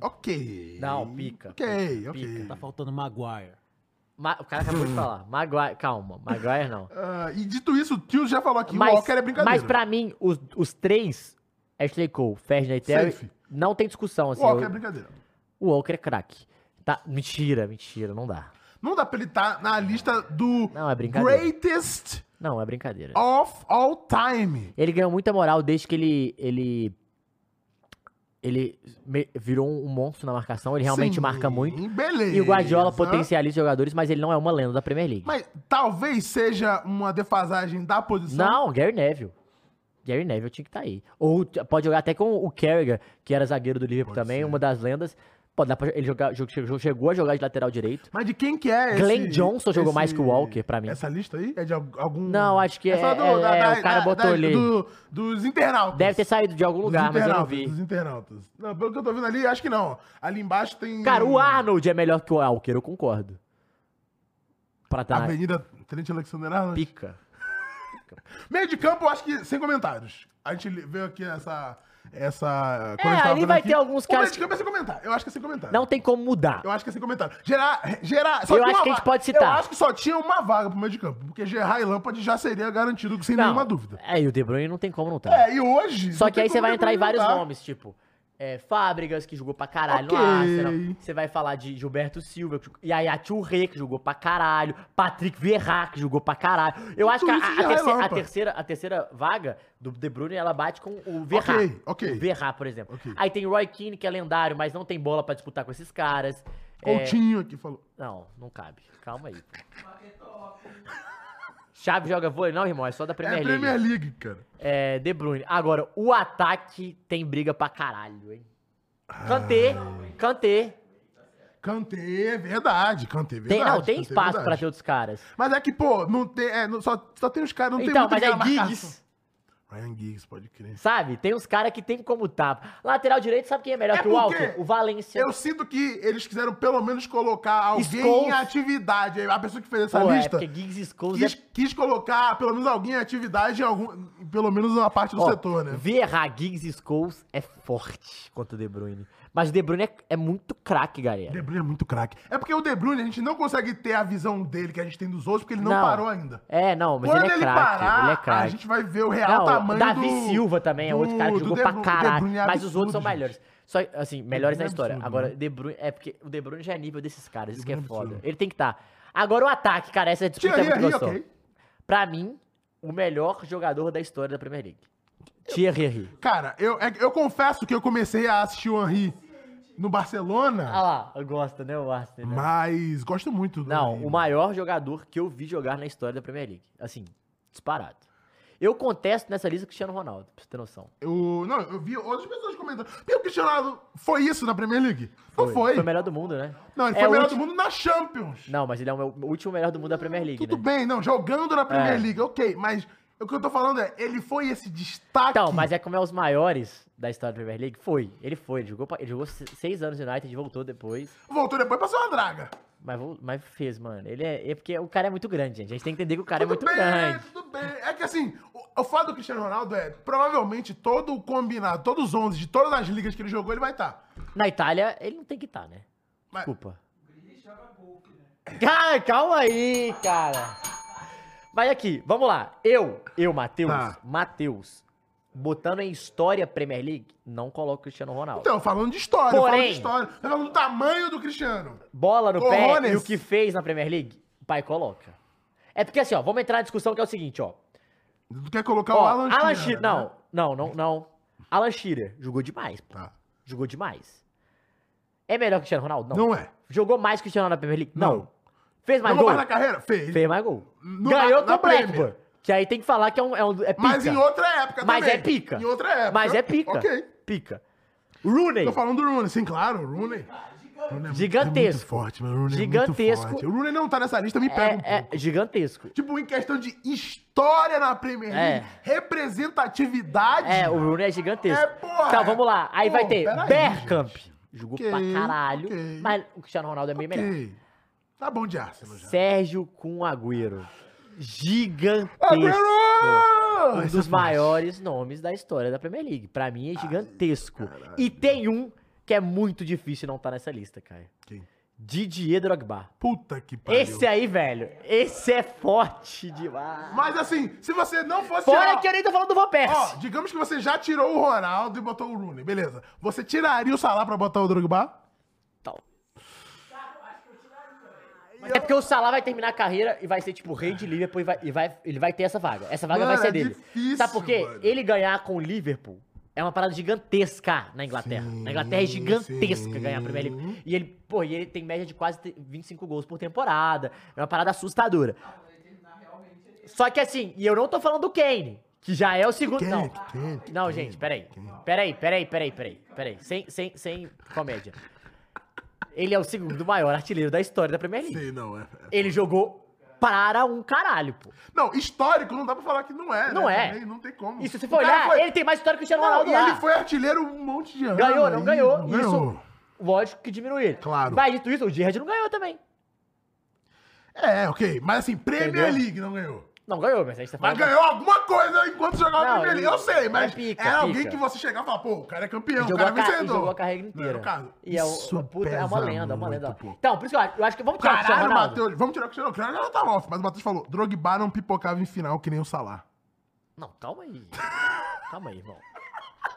Ok. Não, pica. Ok, pica, ok. pica. Tá faltando Maguire. Ma- o cara acabou de falar. Maguire, calma, Maguire não. Ah, e dito isso, o tio já falou aqui, o Walker é brincadeira. mas pra mim, os, os três, Ashley Cole, Ferdinand e Terry, Safe. não tem discussão. Assim, O Walker eu- é brincadeira. O Walker é craque. Tá, mentira, mentira, não dá. Não dá pra ele estar na lista do Não, é brincadeira. greatest Não, é brincadeira. of all time. Ele ganhou muita moral desde que ele. ele ele me- virou um monstro na marcação, ele realmente Sim, marca muito. Beleza. E o Guardiola potencializa jogadores, mas ele não é uma lenda da Premier League. Mas talvez seja uma defasagem da posição. Não, Gary Neville. Gary Neville tinha que estar aí. Ou t- pode jogar até com o Carragher, que era zagueiro do Liverpool Pode também, ser. uma das lendas. Pô, dá pra ele jogar, jo- chegou, chegou a jogar de lateral direito. Mas de quem que é esse... Glenn Johnson jogou mais que o Walker pra mim. Essa lista aí é de al- algum... Não, acho que é- só é- é, o cara botou ali. do- dos internautas. Deve ter saído de algum Dos lugar, mas eu não internautas, vi. Dos internautas. Não, pelo que eu tô vendo ali, acho que não. Ali embaixo tem... um Cara, o Arnold é melhor que o Walker, eu concordo. Pra tá na Avenida Trent Alexander Arnold. pica. Meio de campo, eu acho que sem comentários. A gente veio aqui essa... Essa... É, ali vai ter alguns caras caras... meio de que- campo é sem comentário. Eu acho que é sem comentário. Não tem como mudar. Eu acho que é sem comentário. Gerard, Gerard, só Eu tinha acho uma que a gente vaga. pode citar. Eu acho que só tinha uma vaga pro meio de campo, porque Gerard e Lampard já seria garantido, sem Não. nenhuma dúvida. É, e o De Bruyne não tem como não tá. É, e hoje... Só não que tem aí você como vai entrar em vários comentar. nomes, tipo... É, Fábricas, que jogou pra caralho Ok. no Arsenal. Você vai falar de Gilberto Silva, e aí a Touré, que jogou pra caralho. Patrick Vieira, que jogou pra caralho. Eu acho que a, isso a já é terceira, a, lampa. terceira, a terceira vaga do De Bruyne, ela bate com o Vieira. Ok, ok. O Vieira, por exemplo. Ok. Aí tem o Roy Keane, que é lendário, mas não tem bola pra disputar com esses caras. É, Coutinho aqui falou. Não, não cabe. Calma aí. Chave joga vôlei? Não, irmão, é só da Premier é League. Premier League, cara. É, De Bruyne. Agora, o ataque tem briga pra caralho, hein? Kanté, Ah. Kanté. Kanté, verdade, Kanté, Tem, verdade. não, tem Kanté, espaço verdade. pra ter outros caras. Mas é que, pô, não tem, é, não- só, só tem os caras, não então, tem mas é muito ninguém na marcação. Giggs, Ryan Giggs, pode crer. sabe? Tem uns caras que tem como tá. Lateral direito, sabe quem é melhor É que o porque Walker? O Valencia. Eu sinto que eles quiseram pelo menos colocar alguém Scholes. em atividade. A pessoa que fez essa Pô, é, lista porque Giggs e Scholes quis, é... quis colocar pelo menos alguém em atividade em algum, pelo menos uma parte do Ó, setor, né? Vieira, Giggs e Scholes é forte contra o De Bruyne. Mas o De Bruyne é, é muito craque, galera. De Bruyne é muito craque. É porque o De Bruyne, a gente não consegue ter a visão dele que a gente tem dos outros, porque ele não, Não. parou ainda. É, não, mas Quando ele é ele craque. parar, Ele é a craque. gente vai ver o real Não, tamanho Davi do- Silva também é outro cara que do- do jogou De pra Bru- o De caralho. Bruyne é mas os outros absurdo, são gente. melhores. Só, assim, melhores na Bruyne é história. absurdo, Agora, né? De Bruyne... É porque o De Bruyne já é nível desses caras. Isso que De é Bruyne é foda. absurdo. Ele tem que estar. Agora o ataque, cara. Essa disputa é Thierry muito Henry, gostosa. ok. Pra mim, o melhor jogador da história da Premier League. Thierry Henry. Cara, eu, é- eu confesso que eu comecei a assistir o Henry no Ah Barcelona, lá, gosta, né, o Arsenal. mas gosto muito do Não, Henry. o maior jogador que eu vi jogar na história da Premier League. Assim, disparado. Eu contesto nessa lista o Cristiano Ronaldo, pra você ter noção. Eu- não, eu vi outras pessoas comentando. Porque o Cristiano Ronaldo foi isso na Premier League? Não foi. Foi o melhor do mundo, né? Não, ele É foi o melhor ulti- do mundo na Champions. Não, mas ele é o meu- o último melhor do mundo da Premier League, Tudo né? bem, não, jogando na Premier É. League, ok, mas o que eu tô falando é, ele foi esse destaque. Então, mas é como é os maiores da história da Premier League? Foi, ele foi. Ele jogou, pa- ele jogou se- seis anos no United, voltou depois. Voltou depois pra ser uma draga. Mas, vol- mas fez, mano. Ele é, é porque o cara é muito grande, gente. A gente tem que entender que o cara é muito bem, grande. tudo bem. É que assim, o, o fato do Cristiano Ronaldo é, provavelmente, todo o combinado, todos os 11 de todas as ligas que ele jogou, ele vai tá. estar. Na Itália, ele não tem que estar, né? Mas- Desculpa. Cara, calma aí, cara. Vai aqui, vamos lá. Eu, eu, Matheus, Tá. Matheus, botando em história Premier League, não coloco o Cristiano Ronaldo. Então, falando de história, falando de Porém. história. Falando do tamanho do Cristiano. Bola no pé Corrones. e o que fez na Premier League, o pai coloca. É porque assim, ó, vamos entrar na discussão que é o seguinte, ó. Tu quer colocar Ó, o Alan Shearer, Shearer- né? Não, não, não, não. Alan Shearer jogou demais, pô. Tá. Jogou demais. É melhor que o Cristiano Ronaldo? Não. Não é. Jogou mais que o Cristiano Ronaldo na Premier League? Não. Não. Fez mais Jogou gol? mais na carreira? Fez. Fez é mais gol. No- Ganhou na- com na o Blackburn. Premier. Que aí tem que falar que é um. É um é pica. Mas em outra época Mas também. é pica. Em outra época. Mas é pica. Ok. Pica. Rooney. Tô falando do Rooney, sim, claro. O Rooney. Rooney é muito- É muito Gigantesco. forte, mas o Rooney Gigantesco. é muito forte. O Rooney não tá nessa lista, me pega um pouco. É, é gigantesco. Tipo, em questão de história na Premier League, representatividade. É, o Rooney é gigantesco. É, porra. Tá, vamos lá. Aí Pô, vai ter peraí, Bergkamp. gente. Jogou Ok, pra caralho. ok. Mas o Cristiano Ronaldo é meio melhor. Ok. Tá bom de Arsenal já. Sérgio com Agüero. Gigantesco. Agüero! Um Esse dos é forte. maiores nomes da história da Premier League. Pra mim é gigantesco. e tem um que é muito difícil não estar nessa lista, cara. Quem? Didier Drogba. Puta que pariu. Esse é aí, velho. Esse é forte demais. Mas assim, se você não fosse Fora tirar- que eu nem tô falando do Van Ó, Persie. digamos que você já tirou o Ronaldo e botou o Rooney, beleza. Você tiraria o Salah pra botar o Drogba? Tal. É porque o Salah vai terminar a carreira e vai ser tipo rei de Liverpool e vai, e vai- ele vai ter essa vaga. Essa vaga Mano, vai ser é dele. difícil, Sabe por quê? mano. Ele ganhar com o Liverpool é uma parada gigantesca na Inglaterra. Sim, na Inglaterra é gigantesca sim. ganhar a Premier League. E ele, pô, e ele tem média de quase 25 gols por temporada. É uma parada assustadora. Só que assim, e eu não tô falando do Kane, que já é o segundo. Kane, não. que Kane, que não, Kane, gente, peraí. Peraí, peraí, peraí, peraí. Peraí. Sem, sem, sem comédia. Ele é o segundo maior artilheiro da história da Premier League. Sim, não, é. é. Ele jogou para um caralho, pô. Não, histórico não dá pra falar que não é. Não né? é. Também não tem como. E se você O for cara olhar, foi- ele tem mais história que o Cristiano Não, Ronaldo e lá. ele foi artilheiro um monte de ano. Ganhou, não aí, ganhou. não isso, ganhou. lógico que diminuiu ele. Claro. Mas dito isso, o Gerrard não ganhou também. É, ok. Mas assim, Premier Entendeu? League não ganhou. Não ganhou, mas aí você tá Mas falando. ganhou alguma coisa enquanto jogava Não, na Premier League. Eu ele- sei, mas é pica, era alguém pica. que você chegava e falava, pô, o cara é campeão, o Jogou, cara é a ca- e vencedor. jogou a carreira Não era inteira. o caso. E é, Isso o, puta, é uma pesa lenda, é uma muito, lenda. pô. Então, por isso que eu acho, eu acho que vamos tirar o Cristiano Caralho, Ronaldo. Matheus. Vamos tirar o Cristiano Ronaldo. já tava off, mas o Matheus falou, Drogba não pipocava em final que nem o Salah. Não, calma aí. calma aí, irmão.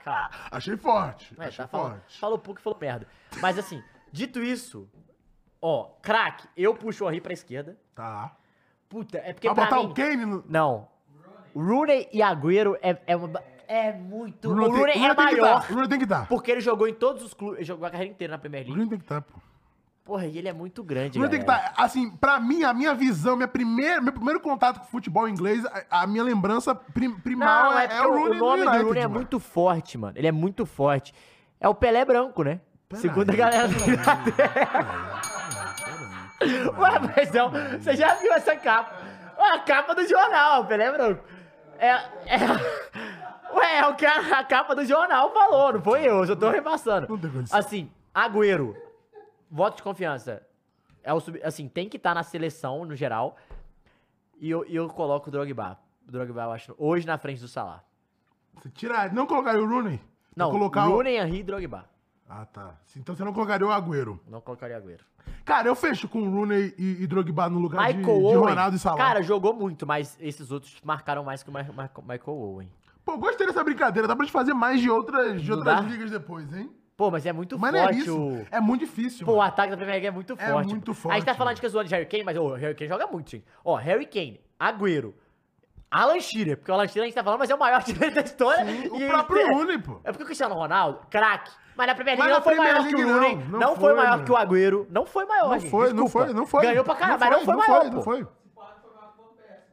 Calma. Achei forte, É, achei tá falando, forte. falou pouco e falou merda. Mas assim, dito isso, ó, craque, eu puxo o Henry pra esquerda. Tá. Puta, é porque Vai pra botar mim... o Kane no... Não. Rooney e Agüero é, é, uma, ba- é muito... Bruno o tem- Rooney é Bruno tem que dar, maior, Bruno tem que dar. porque ele jogou em todos os clubes, ele jogou a carreira inteira na Premier League. Bruno tem que dar, pô. Porra, e ele é muito grande, Bruno tem que galera. dar. Assim, pra mim, a minha visão, minha primeira, meu primeiro contato com o futebol inglês, a, a minha lembrança prim- primal Não, é, é, é porque o Rooney o nome no United, do Rooney é mano. muito forte, mano. Ele é muito forte. É o Pelé branco, né? Segundo a aí, galera do Ué, mas não, você já viu essa capa? Ué, a capa do jornal, Pelé Branco. É, é, ué, é o que a, a capa do jornal falou, não foi eu, eu só tô repassando. tem condição. Assim, Agüero, voto de confiança. É o sub- assim, tem que estar na seleção, no geral. E eu, e eu coloco o Drogba. O Drogba, eu acho, hoje na frente do Salah. Você tirar, não colocaria o Rooney? Não, colocar o- Rooney, Henry e Drogba. Ah, tá. Então você não colocaria o Agüero. Não colocaria Agüero. Cara, eu fecho com o Rooney e, e Drogba no lugar Tá de, Michael de Owen. Ronaldo e Salah. Cara, jogou muito, mas esses outros marcaram mais que o Ma- Ma- Michael Owen. Pô, gostei dessa brincadeira. Dá pra gente fazer mais de outras, de Não outras dá? ligas depois, hein? Pô, mas é muito Mas é forte isso. o... É muito difícil. Pô, o mano. ataque da Premier League é muito É forte. muito pô. forte, A gente tá falando mano. de que é zoando de Harry Kane, mas ô, o Harry Kane joga muito, gente. Ó, Harry Kane, Agüero, Alan Shearer, porque o Alan Shearer a gente tá falando, mas é o maior artilheiro da história. Sim, o e ele- próprio Rooney, pô. É porque o Cristiano Ronaldo, craque. Mas na Premier League Mas não na foi Premier maior que o League Rooney, não, não, não foi, foi maior mano. que o Agüero, não foi maior, não gente, foi, não desculpa. foi, não foi. Ganhou pra caralho, mas não foi maior, pô. Não foi. foi, maior que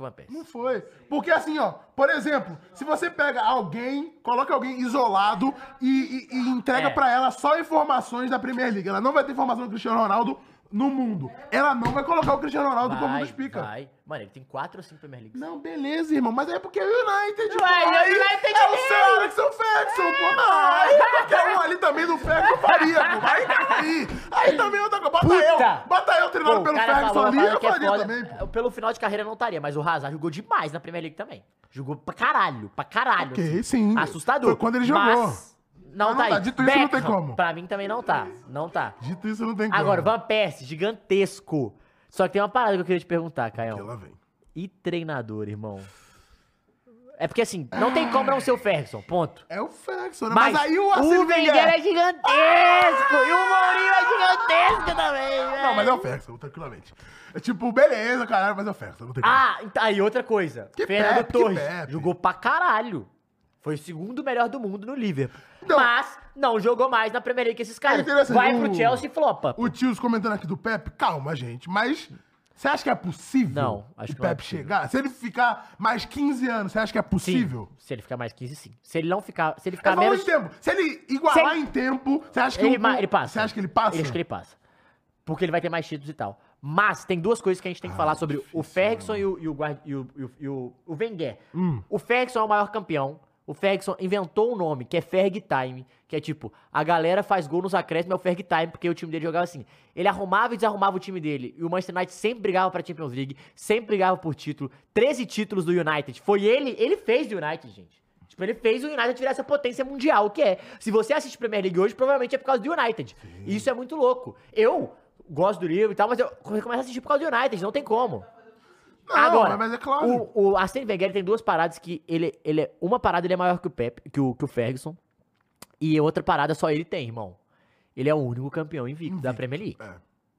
o Van Persie. não foi. Porque assim, ó, por exemplo, se você pega alguém, coloca alguém isolado e, e- e entrega É. pra ela só informações da Premier League. Ela não vai ter informação do Cristiano Ronaldo no mundo. Ela não vai colocar o Cristiano Ronaldo como um Vai, dos pica. vai. Mano, ele tem 4 ou 5 Premier Leagues. Não, beleza, irmão, mas é porque é o United. pô, Ué, e o aí United é o é seu Alex Ferguson, pô. Não, aí qualquer um ali também do Ferguson faria, pô. Aí tá aí. Aí também eu tô Bota Puta! eu. Bota eu Pô, treinado o pelo cara Ferguson falou uma ali, parada eu que é faria foda. também, pô. Pelo final de carreira não estaria, mas o Hazard jogou demais na Premier League também. Jogou pra caralho, pra caralho. Ok, sim. Assustador. Foi quando ele jogou. Mas, Não, Não, tá não aí. dá. Dito isso, não tem Beckham, como. Pra mim também não tá. Não tá. Dito isso, não tem como. Agora, Van Persie, gigantesco. Só que tem uma parada que eu queria te perguntar, Que Caio. lá vem. E treinador, irmão? É porque assim, não tem como não ser o Ferguson, ponto. É o Ferguson, né? Mas, Mas, aí o o Arsene Wenger é gigantesco! E o Mourinho é gigantesco também, velho! Não, mas é o Ferguson, tranquilamente. É tipo, beleza, caralho, mas é o Ferguson. Não tem como. Ah, então- aí outra coisa. Que Fernando Pepe, que Torres Pepe. jogou pra caralho. Foi o segundo melhor do mundo no Liverpool. Não. assim, Mas não jogou mais na Premier League que esses caras. interessante, Vai o- pro Chelsea e flopa. O Tios comentando aqui do Pepe, calma, gente, mas você acha que é possível Não, acho o que não é Pepe possível. chegar? Se ele ficar mais 15 anos, você acha que é Sim, possível? Se ele ficar mais 15, sim. Se ele não ficar. Se ele É ficar menos... menos. em tempo. Se ele igualar Se ele- em tempo, você acha que Ele, o- ma- ele passa. Você acha que ele passa? Eu acho que ele passa. Porque ele vai ter mais títulos e tal. Mas tem duas coisas que a gente Ah, tem que falar sobre o Ferguson e o, e, o Guard- e, o, e o- e o- o Wenger. Hum. O Ferguson é o maior campeão. O Ferguson inventou um nome, que é Ferg Time. Que é tipo, a galera faz gol nos acréscimos, é o Ferg Time, porque o time dele jogava assim. Ele arrumava e desarrumava o time dele. E o Manchester United sempre brigava pra Champions League, sempre brigava por título. 13 títulos do United. Foi ele, ele fez do United, gente. Tipo, ele fez o United virar essa potência mundial, que é. Se você assiste Premier League hoje, provavelmente é por causa do United. E Isso é muito louco. Eu gosto do livro e tal, mas eu come- começo a assistir por causa do United, não tem como. Não, mas é claro. O, o Arsene Wenger ele tem duas paradas que ele, ele é... Uma parada ele é maior que o Pep, que o, que o Ferguson. E outra parada só ele tem, irmão. Ele é o único campeão invicto, da Premier League. É.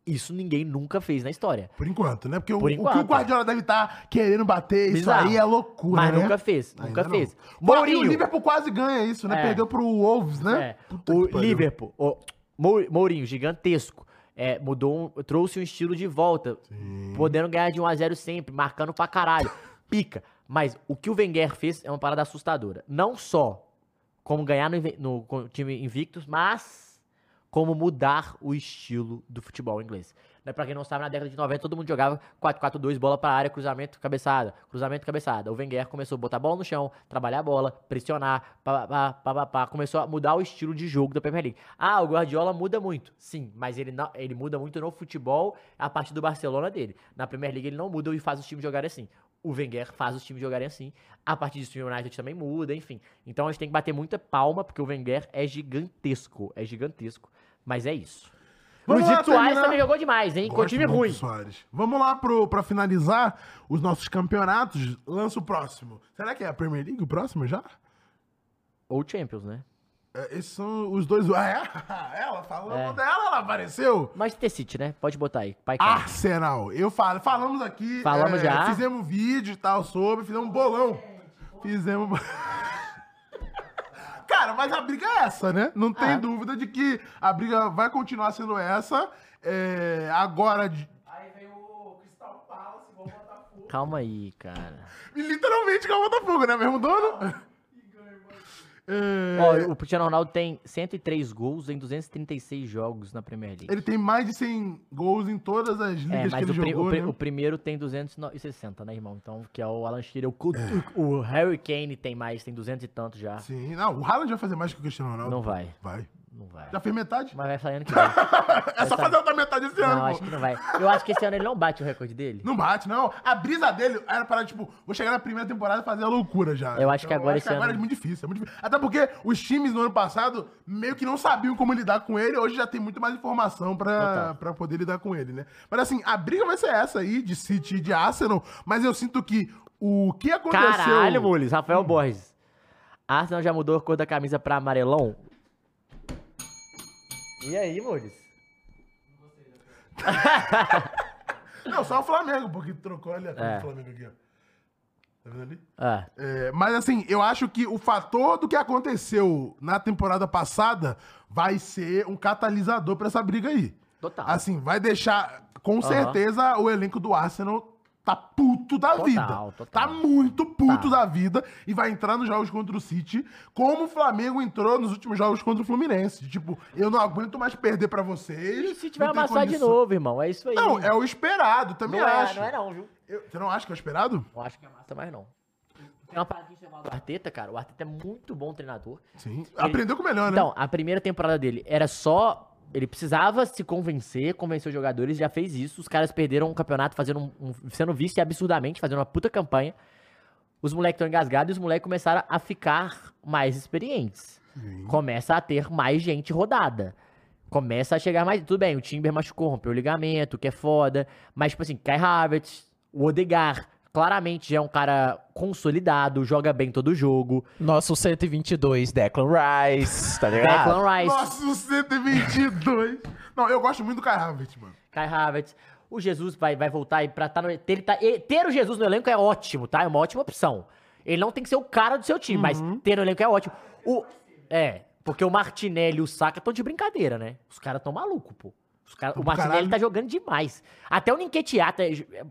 Isso ninguém nunca fez na história. Por enquanto, né? Porque o- Por o que o enquanto. Guardiola deve estar querendo bater, Bizarro. isso aí é loucura, Mas né? nunca fez, Ainda nunca não. fez. Mourinho. O Liverpool quase ganha isso, né? É. Perdeu pro Wolves, né? É, Puta o que pariu. Liverpool, o Mou- Mourinho, gigantesco. É, mudou, um- trouxe um estilo de volta, podendo ganhar de 1 a 0 sempre, marcando pra caralho. Pica. Mas o que o Wenger fez é uma parada assustadora. Não só como ganhar no, inve- no com- time Invictus, mas como mudar o estilo do futebol inglês. Né, pra quem não sabe, na década de 90 todo mundo jogava 4-4-2, bola pra área, cruzamento, cabeçada, cruzamento, cabeçada. O Wenger começou a botar a bola no chão, trabalhar a bola, pressionar, pá, pá, pá, pá, pá, pá. começou a mudar o estilo de jogo da Premier League. Ah, o Guardiola muda muito, sim, mas ele, não- ele muda muito no futebol a partir do Barcelona dele. Na Premier League ele não muda e faz os times jogarem assim. O Wenger faz os times jogarem assim. A partir disso, o United também muda, enfim. Então a gente tem que bater muita palma, porque o Wenger é gigantesco. É gigantesco. Mas é isso. Vamos lá, Luizito Soares terminar. também jogou demais, hein? Com Gosto time é muito ruim. do Soares. Vamos lá pro, pra finalizar os nossos campeonatos. Lança o próximo. Será que é a Premier League o próximo já? Ou Champions, né? É, esses são os dois. Ah, é? Ela falou É. dela, ela apareceu. Manchester City, né? Pode botar aí. Pai Ah! Carlos. Arsenal. Eu falo, falamos aqui. é, Falamos já. Fizemos vídeo e tal sobre, fizemos um bolão. Fizemos. Cara, mas a briga é essa, né? Não tem Ah. dúvida de que a briga vai continuar sendo essa. É, agora. de- Calma aí, cara. Literalmente que é o Botafogo, né? Mesmo dono? É, Ó, o Cristiano Ronaldo tem 103 gols em 236 jogos na Premier League. ele tem mais de 100 gols em todas as ligas É, mas que o, ele pri- jogou, o pri- né? o primeiro tem 260, né, irmão? Então, que é o Alan Shearer. O, cu- o Harry Kane tem mais, tem 200 e tanto já. É. Sim. Não, o Haaland vai fazer mais que o Cristiano Ronaldo. Não vai, Vai. não vai. Já fez metade? Mas vai sair ano que vem. é só sair. fazer outra metade esse ano, Não, pô. acho que não vai. Eu acho que esse ano ele não bate o recorde dele. Não bate, não. A brisa dele era para, tipo, vou chegar na primeira temporada e fazer a loucura já. Eu acho que agora esse agora ano- é muito difícil, é muito difícil. Até porque os times no ano passado meio que não sabiam como lidar com ele, hoje já tem muito mais informação pra, Total. pra poder lidar com ele, né? Mas assim, a briga vai ser essa aí, de City e de Arsenal, mas eu sinto que o que aconteceu... Caralho, Mules. Hum. Rafael Borges. Arsenal já mudou a cor da camisa pra amarelão? E aí, Mules? Não, só o Flamengo, porque trocou ali a cor É. do Flamengo aqui, ó. Tá vendo ali? Ah, É, mas assim, eu acho que o fator do que aconteceu na temporada passada vai ser um catalisador pra essa briga aí. total. Assim, vai deixar, com Aham. certeza, o elenco do Arsenal tá puto da Total, vida. total. Tá muito puto Tá. da vida e vai entrar nos jogos contra o City, como o Flamengo entrou nos últimos jogos contra o Fluminense. De, Tipo, eu não aguento mais perder pra vocês. E se tiver não tem amassar de condição. novo, irmão, é isso aí. Não, é o esperado, também não é, acho. não é não, viu? Eu- você não acha que é o esperado? Não acho que amassa mais não. Tem uma paradinha chamada Arteta, cara. O Arteta é muito bom treinador. Sim. Aprendeu com o melhor, né? Então, a primeira temporada dele era só. Ele precisava se convencer, convencer os jogadores, já fez isso. Os caras perderam o campeonato fazendo um, um- sendo vice absurdamente, fazendo uma puta campanha. Os moleques estão engasgados e os moleques começaram a ficar mais experientes. Começa a ter mais gente rodada. Começa a chegar mais. Tudo bem, o Timber machucou, rompeu o ligamento, que é foda. Mas, tipo assim, Kai Havertz, o Odegar, claramente já é um cara consolidado, joga bem todo jogo. Nosso 122, Declan Rice, tá ligado? Declan Rice, Nossa, o 122. Não, eu gosto muito do Kai Havertz, mano. Kai Havertz. O Jesus vai, vai voltar e pra tá no, ter, ele tá, e- ter o Jesus no elenco é ótimo, tá? É uma ótima opção. Ele não tem que ser o cara do seu time, mas Uhum. ter no elenco é ótimo. O, é, porque o Martinelli e o Saka estão de brincadeira, né? Os caras tão malucos, pô. Os cara- o do Martinelli caralho. tá jogando demais. Até o Ninquetiá, tá,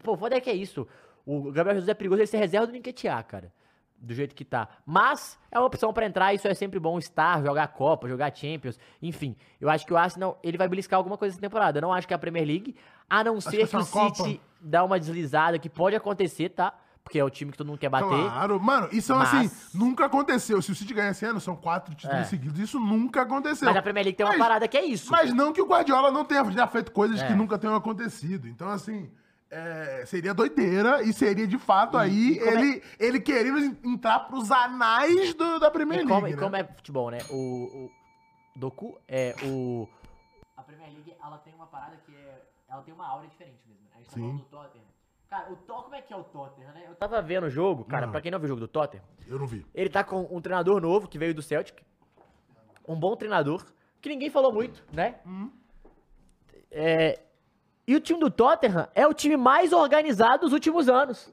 pô, foda é que é isso. O Gabriel Jesus é perigoso, ele ser reserva do Ninquetiá, cara. Do jeito que tá. Mas é uma opção pra entrar, isso é sempre bom estar, jogar Copa, jogar Champions, enfim. Eu acho que o Arsenal, ele vai beliscar alguma coisa essa temporada. Eu não acho que é a Premier League, a não que ser essa que o é uma City dá uma deslizada, que pode acontecer, tá? Porque é o time que todo mundo quer bater. Claro, mano, isso é Mas- assim, nunca aconteceu. Se o City ganhar esse ano, são quatro títulos É. seguidos. Isso nunca aconteceu. Mas a Premier League tem uma Mas- parada que é isso. Mas não que o Guardiola não tenha já feito coisas É. que nunca tenham acontecido. Então, assim, é, seria doideira e seria de fato aí e como é- ele, ele querendo en- entrar pros anais do- da Premier E League. como, e né? como é futebol, né? O, o Doku é o. A Premier League, ela tem uma parada que é. Ela tem uma aura diferente mesmo. né? A gente tá Sim. falando do Tottenham. Cara, o Tottenham, como é que é o Tottenham, né? Eu tava vendo o jogo, cara, pra quem não viu o jogo do Tottenham, Eu não vi. ele tá com um treinador novo que veio do Celtic. Um bom treinador, que ninguém falou muito, né? Uhum. É, e o time do Tottenham é o time mais organizado dos últimos anos.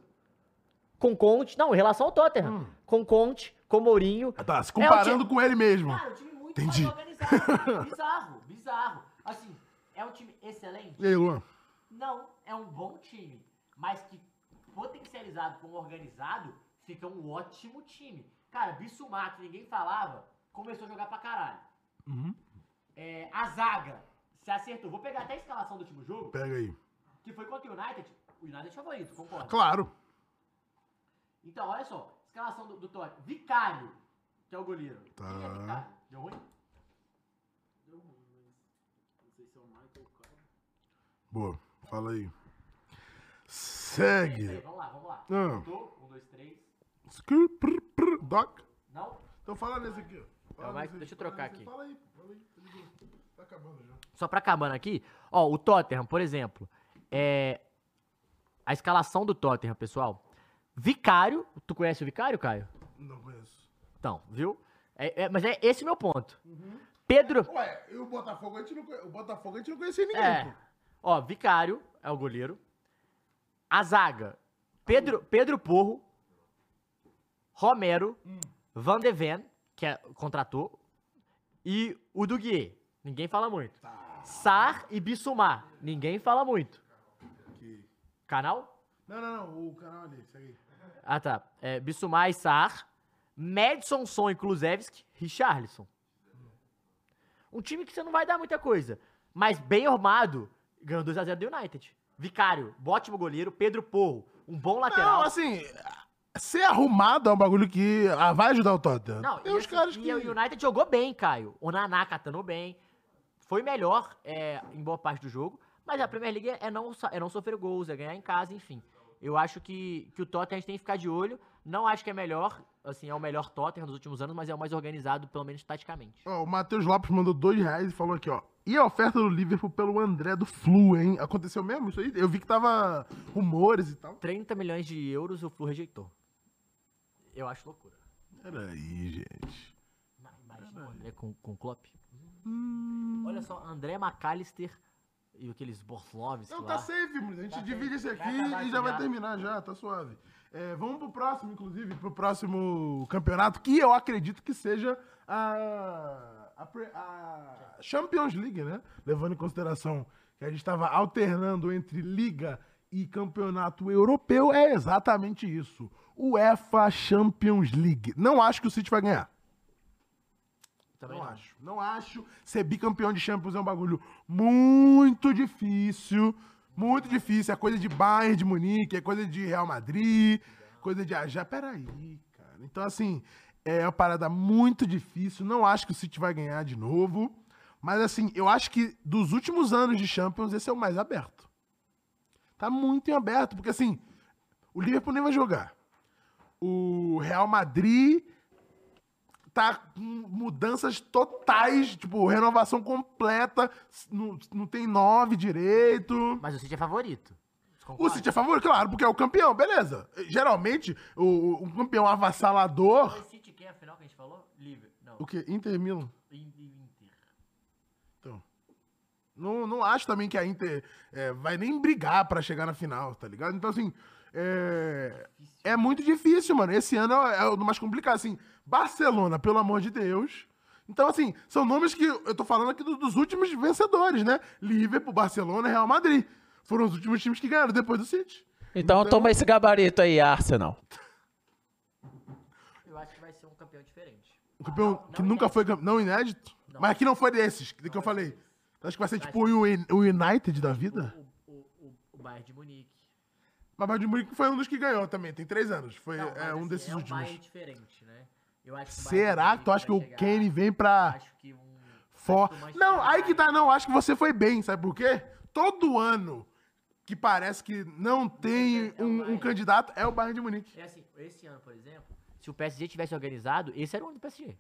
Com Conte, não, em relação ao Tottenham. Hum. Com Conte, com Mourinho. Ah, Tá, se comparando com ele mesmo. Cara, um time muito Entendi. mais organizado. bizarro, bizarro. Assim, é um time excelente? E aí, Luan? Não, é um bom time. Mas que potencializado com organizado, fica um ótimo time. Cara, Bissumato, ninguém falava, começou a jogar pra caralho. É, a zaga se acertou. Vou pegar até a escalação do último jogo, Pega aí. que foi contra o United. O United é favorito, concordo. Claro. Então, olha só, escalação do, do Tottenham. Vicário, que é o goleiro. Tá. Quem é Vicário? Deu ruim? Deu ruim, Não sei se é o Michael Boa. Fala aí. Segue. Vamos lá, vamos lá. Ah. Voltou, um, dois, três. Screw, prr, prr, Doc. Não? Então fala nesse aqui. ó. Fala É, mas nesse- deixa eu fala trocar nesse- aqui. Fala aí, fala aí. tá ligado. Tá acabando já. Só pra acabando aqui, ó, o Tottenham, por exemplo, é... A escalação do Tottenham, pessoal. Vicário, tu conhece o Vicário, Caio? Não conheço. Então, viu? É- é- mas é esse o meu ponto. Pedro... Ué, e o Botafogo a gente não, conhe- o Botafogo a gente não conhecia ninguém, É. pô. Ó, Vicário é o goleiro. A zaga. Pedro, Pedro Porro. Romero. Van de Ven, que é, contratou. E o Duguier. Ninguém fala muito. Sar e Bissumar. Ninguém fala muito. Canal? Não, não, não, o canal ali, segue aí. Ah, tá. É, Bissumar e Sar. Madison, Son e Kulusevski. Richarlison. Um time que você não vai dar muita coisa. Mas bem armado. Ganhou 2x0 do United. Vicário, ótimo goleiro. Pedro Porro, um bom Não, lateral. assim, ser arrumado é um bagulho que ah, vai ajudar o Tottenham. Não, Tem e, uns assim, caras e que... o United jogou bem, Caio. O Naná catanou bem. Foi melhor é, em boa parte do jogo. Mas a Premier League é não, so- é não sofrer gols, é ganhar em casa, enfim. Eu acho que, que o Tottenham a gente tem que ficar de olho. Não acho que é melhor, assim, é o melhor Tottenham dos últimos anos, mas é o mais organizado, pelo menos taticamente. Ó, o Matheus Lopes mandou dois reais e falou aqui, ó. E a oferta do Liverpool pelo André do Flu, hein? Aconteceu mesmo isso aí? Eu vi que tava rumores e tal. 30 milhões de euros o Flu rejeitou. Eu acho loucura. Peraí, gente. Ma- Imagina o André com, com o Klopp. Hum. Olha só, André McAllister e aqueles Borflovs Não, lá. tá safe, mano. A gente Tá divide safe. Vai esse aqui acabar e isso já vai já. terminar já, tá suave. É, vamos pro próximo, inclusive, pro próximo campeonato, que eu acredito que seja a, a, Pre- a Champions League, né? Levando em consideração que a gente estava alternando entre liga e campeonato europeu, é exatamente isso. UEFA Champions League. Não acho que o City vai ganhar. Também Não não. acho. Não acho. Ser bicampeão de Champions é um bagulho muito difícil. Muito difícil. É coisa de Bayern de Munique, é coisa de Real Madrid, coisa de Ajá. Peraí, cara. Então, assim, é uma parada muito difícil. Não acho que o City vai ganhar de novo. Mas, assim, eu acho que dos últimos anos de Champions, esse é o mais aberto. Tá muito em aberto, porque, assim, o Liverpool nem vai jogar. O Real Madrid tá com mudanças totais, tipo, renovação completa, s- não, não tem nove direito. Mas o City é favorito. O City é favorito, claro, porque é o campeão, beleza. Geralmente, o, o campeão avassalador. O City quem é a final que a gente falou? Livre. Não. O quê? Inter Milan? In- Inter. Então. Não, não acho também que a Inter é, vai nem brigar pra chegar na final, tá ligado? Então, assim. É, é muito difícil, mano. Esse ano é o mais complicado. Assim, Barcelona, pelo amor de Deus. Então, assim, são nomes que eu tô falando aqui do- dos últimos vencedores, né? Liverpool, Barcelona e Real Madrid. Foram os últimos times que ganharam depois do City. Então, toma esse gabarito aí, Arsenal. Eu acho que vai ser um campeão diferente. O Um campeão que nunca foi campeão. Não inédito? Mas que não foi desses, que que eu falei. Acho que vai ser tipo o Un- o United da vida. O Bayern de Munique. Mas Bayern de Munique foi um dos que ganhou também, tem três anos. Foi é, um desses é um últimos. Bayern diferente, né? Eu acho que o Bayern Será que tu acha que o Kane vem pra. um- For... Não, aí que tá, não. Acho que você foi bem, sabe por quê? Todo ano que parece que não tem um, um candidato é o Bayern de Munique. É assim, esse ano, por exemplo, se o PSG tivesse organizado, esse era o ano do PSG.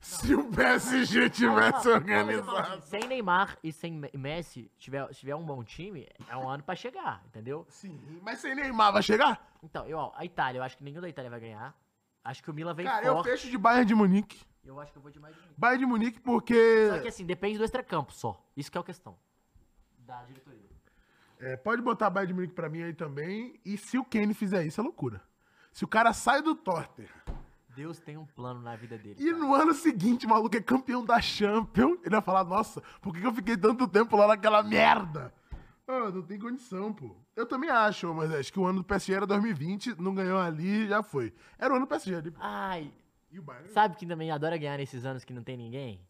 Se o PSG tivesse é organizado. Sem Neymar e sem Me- Messi, tiver, se tiver um bom time, é um ano pra chegar, entendeu? Sim, mas sem Neymar vai chegar? Então, eu, ó, a Itália, eu acho que nenhum da Itália vai ganhar. Acho que o Milan vem Cara, eu forte. fecho de Bayern de Munique. Eu acho que eu vou de mais de um. Munique. Bayern de Munique porque. Só que assim, depende do extracampo só. Isso que é a questão. Da diretoria. É, pode botar Bayern de Munique pra mim aí também. E se o Kane fizer isso, é loucura. Se o cara sai do Torter Deus tem um plano na vida dele. e no ano seguinte o maluco é campeão da Champions, ele vai falar, nossa, por que que eu fiquei tanto tempo lá naquela merda? Ah, não tem condição, pô. Eu também acho, mas acho que o ano do PSG era 2020, não ganhou ali, já foi. Era o ano do PSG ali. pô. Ai. E o Bayern? Sabe quem também adora ganhar nesses anos que não tem ninguém?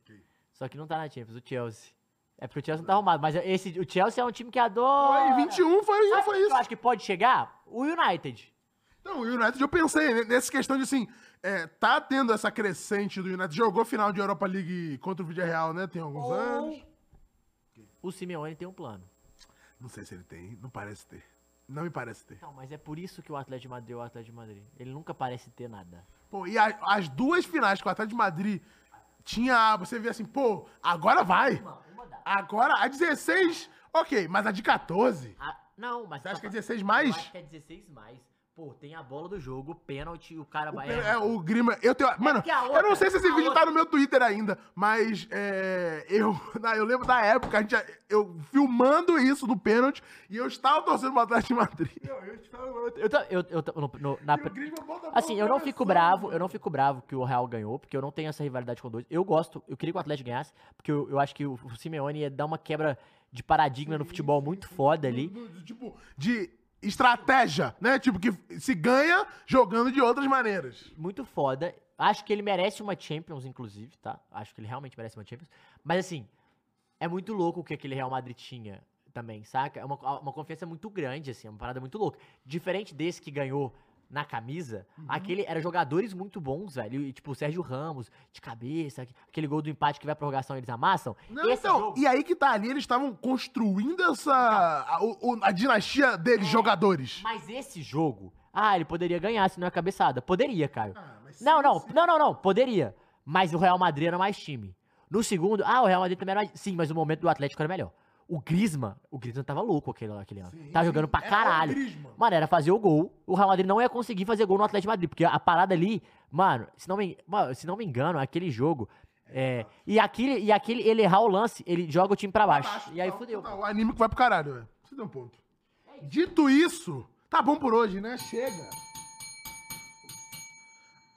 Só que não tá na Champions, o Chelsea. É porque o Chelsea não tá arrumado, mas esse, o Chelsea é um time que adora. Foi, 21 foi, Sabe é? foi quem que isso. Eu acho que pode chegar o United. Então, o United, eu pensei né, nessa questão de assim, é, tá tendo essa crescente do United. Jogou final de Europa League contra o Villarreal, né? Tem alguns anos. O Simeone tem um plano. Não sei se ele tem, não parece ter. Não me parece ter. Não, mas é por isso que o Atlético de Madrid é o Atlético de Madrid. Ele nunca parece ter nada. Pô, e a- as duas finais com o Atlético de Madrid tinha. Você vê assim, pô, agora vai. Agora, a 16, ok, mas a de 14. Ah, não, mas. Você acha só que é pra- 16 Eu mais? acho que é 16 mais. Pô, tem a bola do jogo, o pênalti, o cara O, vai. pe- é, o Grima. Eu tenho. Mano, porque a eu outra- não sei se esse a vídeo tá outra- no meu Twitter ainda, mas é, eu, na- eu lembro da época, a gente, eu filmando isso do pênalti e eu estava torcendo pro Atlético de Madrid. Eu, ta- eu, eu ta- no- no- na pr- assim, eu não fico bravo, eu não fico bravo que o Real ganhou, porque eu não tenho essa rivalidade com dois. Eu gosto, eu queria que o Atlético ganhasse, porque eu, eu acho que o, o Simeone ia dar uma quebra de paradigma no futebol muito foda ali. Tipo, de estratégia, né? Tipo, que se ganha jogando de outras maneiras. Muito foda. Acho que ele merece uma Champions, inclusive, tá? Acho que ele realmente merece uma Champions. Mas assim, é muito louco o que aquele Real Madrid tinha também, saca? É uma, uma confiança muito grande, assim, é uma parada muito louca. Diferente desse que ganhou na camisa, Uhum. aquele era jogadores muito bons, velho. E, tipo, o Sérgio Ramos, de cabeça, aqu- aquele gol do empate que vai à prorrogação eles amassam. Não, então, e aí que tá ali, eles estavam construindo essa. A, o- o- a dinastia deles, jogadores. Mas esse jogo. Ah, ele poderia ganhar se não é cabeçada. Poderia, Caio. não, não, não, não, não, poderia. Mas o Real Madrid era mais time. No segundo, ah, o Real Madrid também era mais. Sim, mas o momento do Atlético era melhor. O Griezmann, o Griezmann tava louco aquele, aquele ano. tava Tá jogando pra caralho. mano, era fazer o gol. O Real Madrid não ia conseguir fazer gol no Atlético de Madrid, porque a parada ali, mano, se não me, mano, se não me engano, aquele jogo é, e aquele e aquele ele errar o lance, ele joga o time pra baixo. tá, e aí fudeu. Então, O anime que vai pro caralho, velho. Você deu um ponto. Dito isso, tá bom por hoje, né? Chega.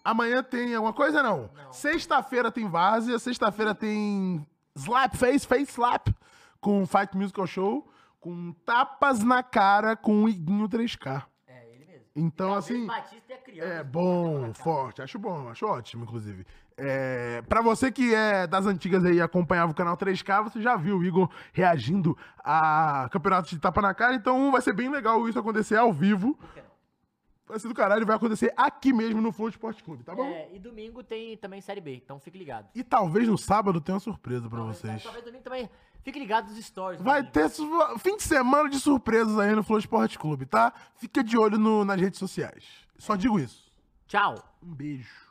Amanhã tem alguma coisa, não? Sexta-feira tem Várzea, sexta-feira tem Slap Face, Face Slap, com Fight Musical Show, com tapas na cara com o Iguinho 3K. É, ele mesmo. Então, assim... Batista é criança. É bom, forte. Acho bom, acho ótimo, inclusive. É, pra você que é das antigas aí e acompanhava o canal 3K, você já viu o Igor reagindo a campeonatos de tapa na cara, então vai ser bem legal isso acontecer ao vivo. Vai ser do caralho, vai acontecer aqui mesmo no Flow Esporte Clube, tá bom? É, e domingo tem também Série B, então fique ligado. E talvez no sábado tenha uma surpresa pra vocês. Talvez domingo também. Fique ligado nos stories. Vai ter su- fim de semana de surpresas aí no Flow Esporte Clube, tá? Fica de olho no- nas redes sociais. Só digo isso. Tchau. Um beijo.